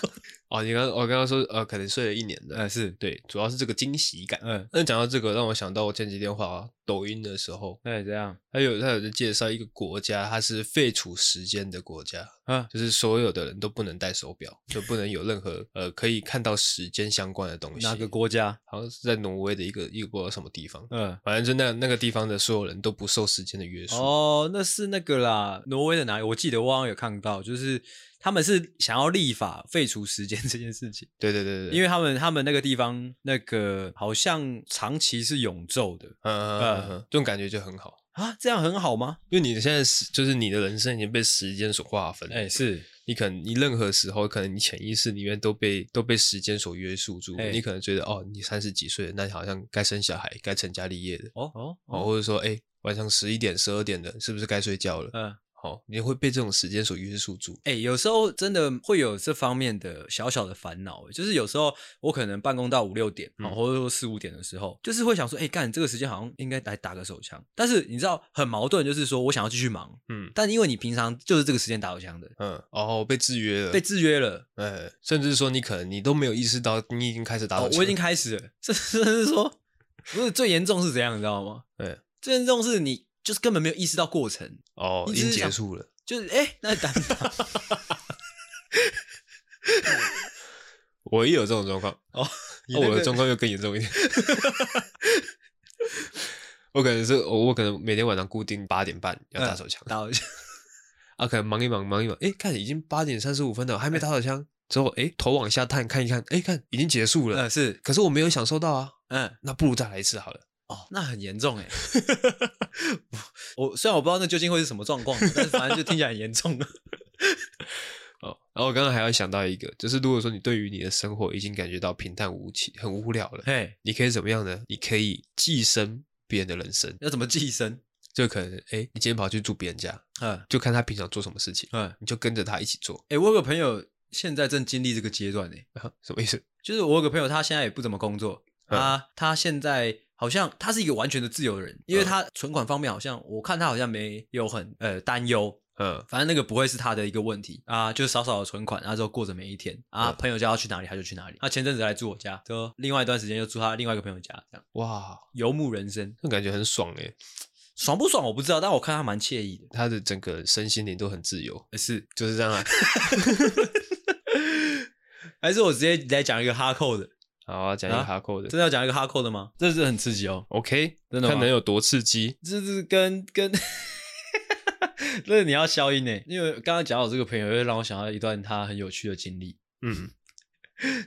Speaker 1: 哦，你刚我刚刚说呃，可能睡了一年的，
Speaker 2: 呃，是对，
Speaker 1: 对，主要是这个惊喜感。
Speaker 2: 嗯，
Speaker 1: 那讲到这个，让我想到我前几天滑抖音的时候，
Speaker 2: 那也这样
Speaker 1: 还有他有在介绍一个国家，它是废除时间的国家，
Speaker 2: 啊，
Speaker 1: 就是所有的人都不能戴手表，就不能有任何呃可以看到时间相关的东西。
Speaker 2: 哪个？国家？
Speaker 1: 好像是在挪威的一个一个不知道什么地方，
Speaker 2: 嗯，
Speaker 1: 反正就那那个地方的所有人都不受时间的约束。
Speaker 2: 哦，那是那个啦，挪威的哪里？我记得我好像有看到，就是他们是想要立法废除时间 这件事情，
Speaker 1: 对对对对，
Speaker 2: 因
Speaker 1: 为
Speaker 2: 为他们他们那个地方那个好像长期是永昼的
Speaker 1: 嗯嗯嗯嗯，这种感觉就很好。
Speaker 2: 啊，这样很好吗？
Speaker 1: 因为你现在是就是你的人生已经被时间所划分，
Speaker 2: 哎、是，
Speaker 1: 你可能你任何时候，可能你潜意识里面都被都被时间所约束住，
Speaker 2: 哎
Speaker 1: 你可能觉得哦，你三十几岁了，那你好像该生小孩，该成家立业的，
Speaker 2: 哦哦
Speaker 1: 哦，，或者说哎、晚上十一点、十二点了，是不是该睡觉了？
Speaker 2: 嗯、
Speaker 1: 好、你会被这种时间所约束住。
Speaker 2: 哎、有时候真的会有这方面的小小的烦恼，就是有时候我可能办公到五六点，
Speaker 1: 嗯
Speaker 2: 哦或者说四五点的时候，就是会想说，哎、干这个时间好像应该来打个手枪，但是你知道很矛盾，就是说我想要继续忙，
Speaker 1: 嗯
Speaker 2: 但因为你平常就是这个时间打手枪的，
Speaker 1: 嗯，哦，被制约了，
Speaker 2: 被制约了。
Speaker 1: 呃、甚至说你可能你都没有意识到你已经开始打火
Speaker 2: 哦，
Speaker 1: 机了、
Speaker 2: 我已经开始了， 这甚至说，不是最严重是怎样，你知道吗？
Speaker 1: 对，
Speaker 2: 最严重是你就是根本没有意识到过程，
Speaker 1: 哦，
Speaker 2: 你
Speaker 1: 已
Speaker 2: 只
Speaker 1: 经
Speaker 2: 是
Speaker 1: 结
Speaker 2: 想
Speaker 1: 束了。
Speaker 2: 就是哎、诶那打不 打
Speaker 1: 我也有这种状况
Speaker 2: 哦
Speaker 1: 哦，
Speaker 2: 你那个
Speaker 1: 我的状况又更严重一点。我可能是我我可能每天晚上固定八点半要打手枪、
Speaker 2: 嗯打手枪，
Speaker 1: 啊，可能忙一忙忙一忙，哎，看已经八点三十五分了，还
Speaker 2: 嗯
Speaker 1: 没打手枪。之后哎，头往下探看一看，哎，看已经结束了，
Speaker 2: 嗯是，
Speaker 1: 可是我没有享受到啊，
Speaker 2: 嗯
Speaker 1: 那不如再来一次好了。
Speaker 2: 哦，那很严重哎、我我虽然我不知道那究竟会是什么状况，但是反正就听起来很严重
Speaker 1: 哦，然后我刚刚还要想到一个，就是如果说你对于你的生活已经感觉到平淡无奇、很无聊了，
Speaker 2: 嘿，
Speaker 1: 你可以怎么样呢？你可以寄生别人的人生，
Speaker 2: 要怎么寄生？
Speaker 1: 就可能哎，你今天跑去住别人家，
Speaker 2: 嗯
Speaker 1: 就看他平常做什么事情，
Speaker 2: 嗯，哎、
Speaker 1: 你就跟着他一起做，
Speaker 2: 我有个朋友现在正经历这个阶段哎、
Speaker 1: 啊什么意思？
Speaker 2: 就是我有个朋友，他现在也不怎么工作，
Speaker 1: 嗯
Speaker 2: 啊，他现在好像他是一个完全的自由人，因为
Speaker 1: 嗯
Speaker 2: 他存款方面好像我看他好像没有很呃担忧。
Speaker 1: 嗯
Speaker 2: 反正那个不会是他的一个问题啊，就是少少的存款，然后之后过着每一天啊，
Speaker 1: 嗯
Speaker 2: 朋友家要去哪里他就去哪里。他前阵子来住我家，就另外一段时间又住他另外一个朋友家，这样
Speaker 1: 哇，
Speaker 2: 游牧人生，
Speaker 1: 那感觉很爽诶，
Speaker 2: 爽不爽我不知道，但我看他蛮惬意的。
Speaker 1: 他的整个身心灵都很自由，
Speaker 2: 呃是，
Speaker 1: 就是这样 啊。
Speaker 2: 还是我直接来讲一个哈扣的，
Speaker 1: 好啊，讲一个
Speaker 2: 啊
Speaker 1: 哈扣的、
Speaker 2: 真的要讲一个哈扣的吗？这是很刺激哦，
Speaker 1: o k
Speaker 2: 真的吗
Speaker 1: 看能有多刺激。
Speaker 2: 这是跟跟， 这是你要消音呢，欸因为刚刚讲到我这个朋友，又让我想到一段他很有趣的经历。
Speaker 1: 嗯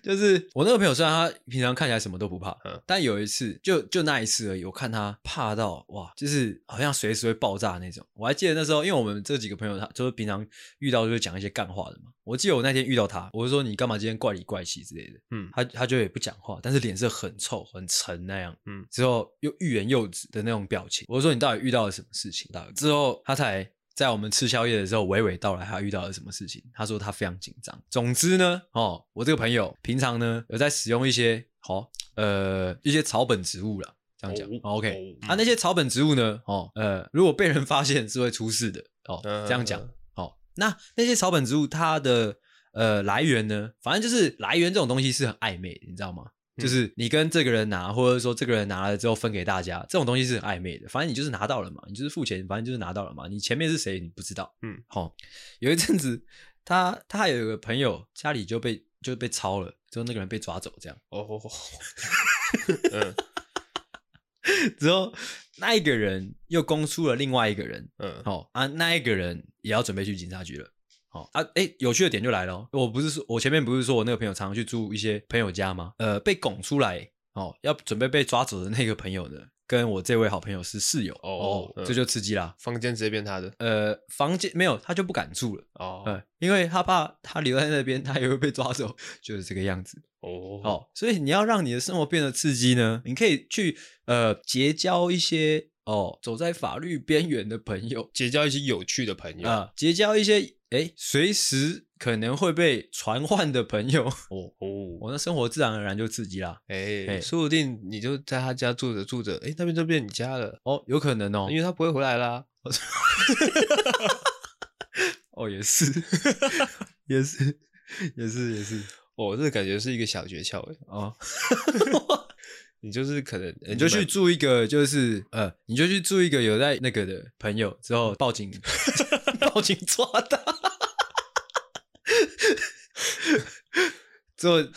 Speaker 2: 就是我那个朋友，虽然他平常看起来什么都不怕，
Speaker 1: 嗯
Speaker 2: 但有一次就就那一次而已，我看他怕到哇，就是好像随时会爆炸那种。我还记得那时候，因为我们这几个朋友他就是平常遇到就会讲一些干话的嘛。我记得我那天遇到他，我就说你干嘛今天怪里怪气之类的，
Speaker 1: 嗯
Speaker 2: 他他就也不讲话，但是脸色很臭很沉那样。
Speaker 1: 嗯，
Speaker 2: 之后又欲言又止的那种表情。我就说你到底遇到了什么事情？到底之后他才在我们吃宵夜的时候娓娓道来他遇到了什么事情。他说他非常紧张。总之呢，哦，我这个朋友平常呢有在使用一些好、呃一些草本植物啦，这样讲、
Speaker 1: 哦
Speaker 2: 哦 OK
Speaker 1: 哦
Speaker 2: 啊那些草本植物呢，哦呃如果被人发现是会出事的哦，
Speaker 1: 嗯
Speaker 2: 这样讲哦。那那些草本植物它的呃来源呢，反正就是来源这种东西是很暧昧的，你知道吗？
Speaker 1: 嗯
Speaker 2: 就是你跟这个人拿，或者说这个人拿了之后分给大家，这种东西是很暧昧的。反正你就是拿到了嘛，你就是付钱，反正就是拿到了嘛。你前面是谁你不知道，
Speaker 1: 嗯，
Speaker 2: 好、有一阵子他他还有一个朋友家里就被就被抄了，之后那个人被抓走，这样
Speaker 1: 哦，嗯
Speaker 2: 之后那一个人又供出了另外一个人，
Speaker 1: 嗯，
Speaker 2: 哦啊，那一个人也要准备去警察局了。哦啊，哎，有趣的点就来了哦、我不是说，我前面不是说我那个朋友常常去住一些朋友家吗？呃，被拱出来哦，要准备被抓走的那个朋友呢，跟我这位好朋友是室友
Speaker 1: 哦
Speaker 2: 哦，
Speaker 1: 嗯
Speaker 2: 这就刺激啦。
Speaker 1: 房间直接变他的
Speaker 2: 呃，房间没有，他就不敢住了，
Speaker 1: 哦
Speaker 2: 呃，因为他怕他留在那边，他也会被抓走， 就是这个样子。
Speaker 1: 哦
Speaker 2: 哦，所以你要让你的生活变得刺激呢，你可以去呃结交一些哦，走在法律边缘的朋友
Speaker 1: 结交一些有趣的朋友。
Speaker 2: 啊、结交一些哎随时可能会被传唤的朋友，哦，
Speaker 1: 哦，
Speaker 2: 我那生活自然而然就刺激啦。
Speaker 1: 哎，
Speaker 2: 哎
Speaker 1: 说不定你就在他家住着住着，哎，那边就变你家了，
Speaker 2: 哦，有可能哦
Speaker 1: 因，为他不会回来啦。
Speaker 2: 哦也是， 也是， 也是，也是，
Speaker 1: 哦，这感觉是一个小诀窍哎，
Speaker 2: 哦，
Speaker 1: 你就是可能
Speaker 2: 你就去住一个，就是呃，你就去住一个有在那个的朋友，之
Speaker 1: 嗯
Speaker 2: 后报 警，报警抓他， 之后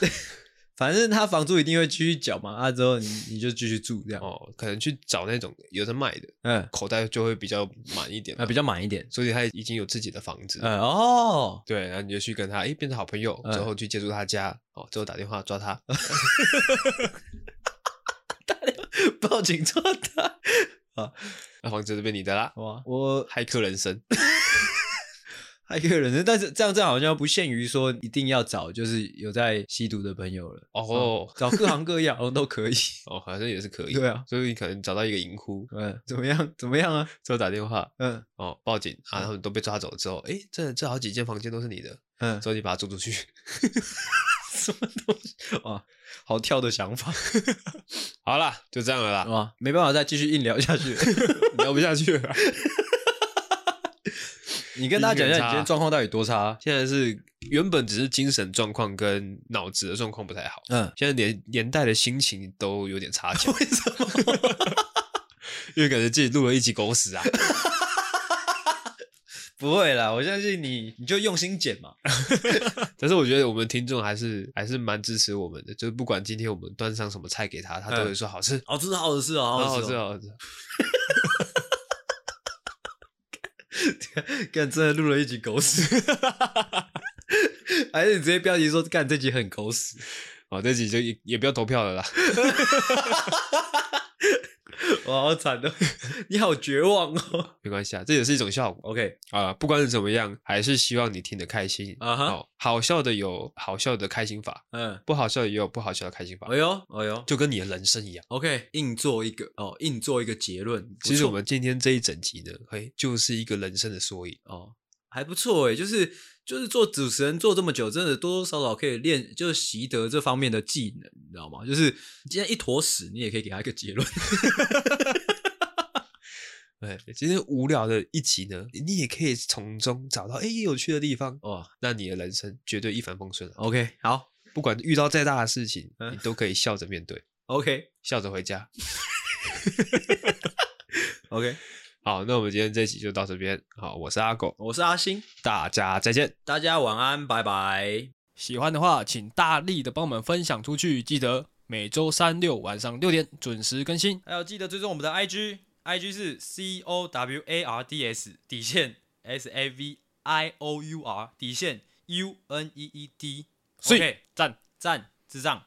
Speaker 2: 反正他房租一定会继续缴嘛，啊，之后你你就继续住这样，
Speaker 1: 哦，可能去找那种有在卖的，
Speaker 2: 嗯，
Speaker 1: 口袋就会比较满一点嘛
Speaker 2: 啊，比较满一点，
Speaker 1: 所以他已经有自己的房子。
Speaker 2: 嗯，哦，
Speaker 1: 对，然后你就去跟他，哎，变成好朋友，
Speaker 2: 嗯
Speaker 1: 之后去接触他家，哦，之后打电话抓 他，
Speaker 2: 报警抓他，
Speaker 1: 那房子就变你的啦。
Speaker 2: 哇，我嗯
Speaker 1: 骇客人生，
Speaker 2: 还有人，但是这样这样好像不限于说一定要找就是有在吸毒的朋友了，
Speaker 1: 哦
Speaker 2: 找各行各样好像都可以，
Speaker 1: 哦，好像也是可以。
Speaker 2: 对啊，
Speaker 1: 所以你可能找到一个银窟，
Speaker 2: 嗯，怎么样，怎么样啊，
Speaker 1: 之后打电话，
Speaker 2: 嗯
Speaker 1: 哦，报警啊，他们都被抓走之后，哎，这这好几间房间都是你的，
Speaker 2: 嗯，
Speaker 1: 之后你把它租出去。
Speaker 2: 什么东西哇，好跳的想法
Speaker 1: 好啦，就这样了啦，
Speaker 2: 哇，没办法再继续硬聊下 去了。
Speaker 1: 聊不下去了。
Speaker 2: 你跟大家讲一下
Speaker 1: 音乐很差
Speaker 2: 你今天状况到底多 差？啊
Speaker 1: 现在是原本只是精神状况跟脑子的状况不太好，
Speaker 2: 嗯，
Speaker 1: 现在连连带的心情都有点差劲，
Speaker 2: 为什么？
Speaker 1: 因为感觉自己录了一集狗屎啊。
Speaker 2: 不会啦，我相信你，你就用心剪嘛。
Speaker 1: 但是我觉得我们听众还是还是蛮支持我们的，就是不管今天我们端上什么菜给他，他都会说好吃，
Speaker 2: 好吃，好吃哦，
Speaker 1: 好
Speaker 2: 嗯好
Speaker 1: 好
Speaker 2: 吃
Speaker 1: 吃，
Speaker 2: 哦！
Speaker 1: 好好吃。
Speaker 2: 干，真的录了一集狗屎， 还是你直接标题说干这集很狗屎？
Speaker 1: 哦，这集就也也不要投票了啦。
Speaker 2: 哇，好惨哦！ 你好绝望哦。
Speaker 1: 没关系啊，这也是一种效果
Speaker 2: OK，
Speaker 1: 啊。不管是怎么样，还是希望你听得开心
Speaker 2: 啊哈
Speaker 1: 哦，好笑的有好笑的开心法，
Speaker 2: 嗯，
Speaker 1: 不好笑的也有不好笑的开心法
Speaker 2: 哎，呦，哎呦
Speaker 1: 就跟你的人生一样。
Speaker 2: ，OK，硬做一个哦，硬做一个结论。不
Speaker 1: 其实
Speaker 2: 错
Speaker 1: 我们今天这一整集呢，嘿，就是一个人生的缩影。
Speaker 2: 哦，还不错哎，就是就是做主持人做这么久，真的多多少少可以练，就是习得这方面的技能，你知道吗？就是今天一坨屎，你也可以给他一个结 论。
Speaker 1: 哎，今天无聊的一集呢，你也可以从中找到哎有趣的地方，
Speaker 2: 哇
Speaker 1: 那你的人生绝对一帆风顺啊！
Speaker 2: ，OK，好
Speaker 1: 不管遇到再大的事情，
Speaker 2: 嗯
Speaker 1: 你都可以笑着面对，
Speaker 2: ，OK，OK，、
Speaker 1: 笑着回家。好，那我们今天这集就到这边。好，我是阿狗，
Speaker 2: 我是阿星，
Speaker 1: 大家再见。
Speaker 2: 大家晚安，拜拜。
Speaker 3: 喜欢的话，请大力的帮我们分享出去。记得每周三六晚上六点准时更新。
Speaker 2: 还有记得追踪我们的 IG，IG 是 C O W A R D S 底线 S A V I O U R 底线 U N E E D，
Speaker 3: 所以
Speaker 2: OK，赞赞智障。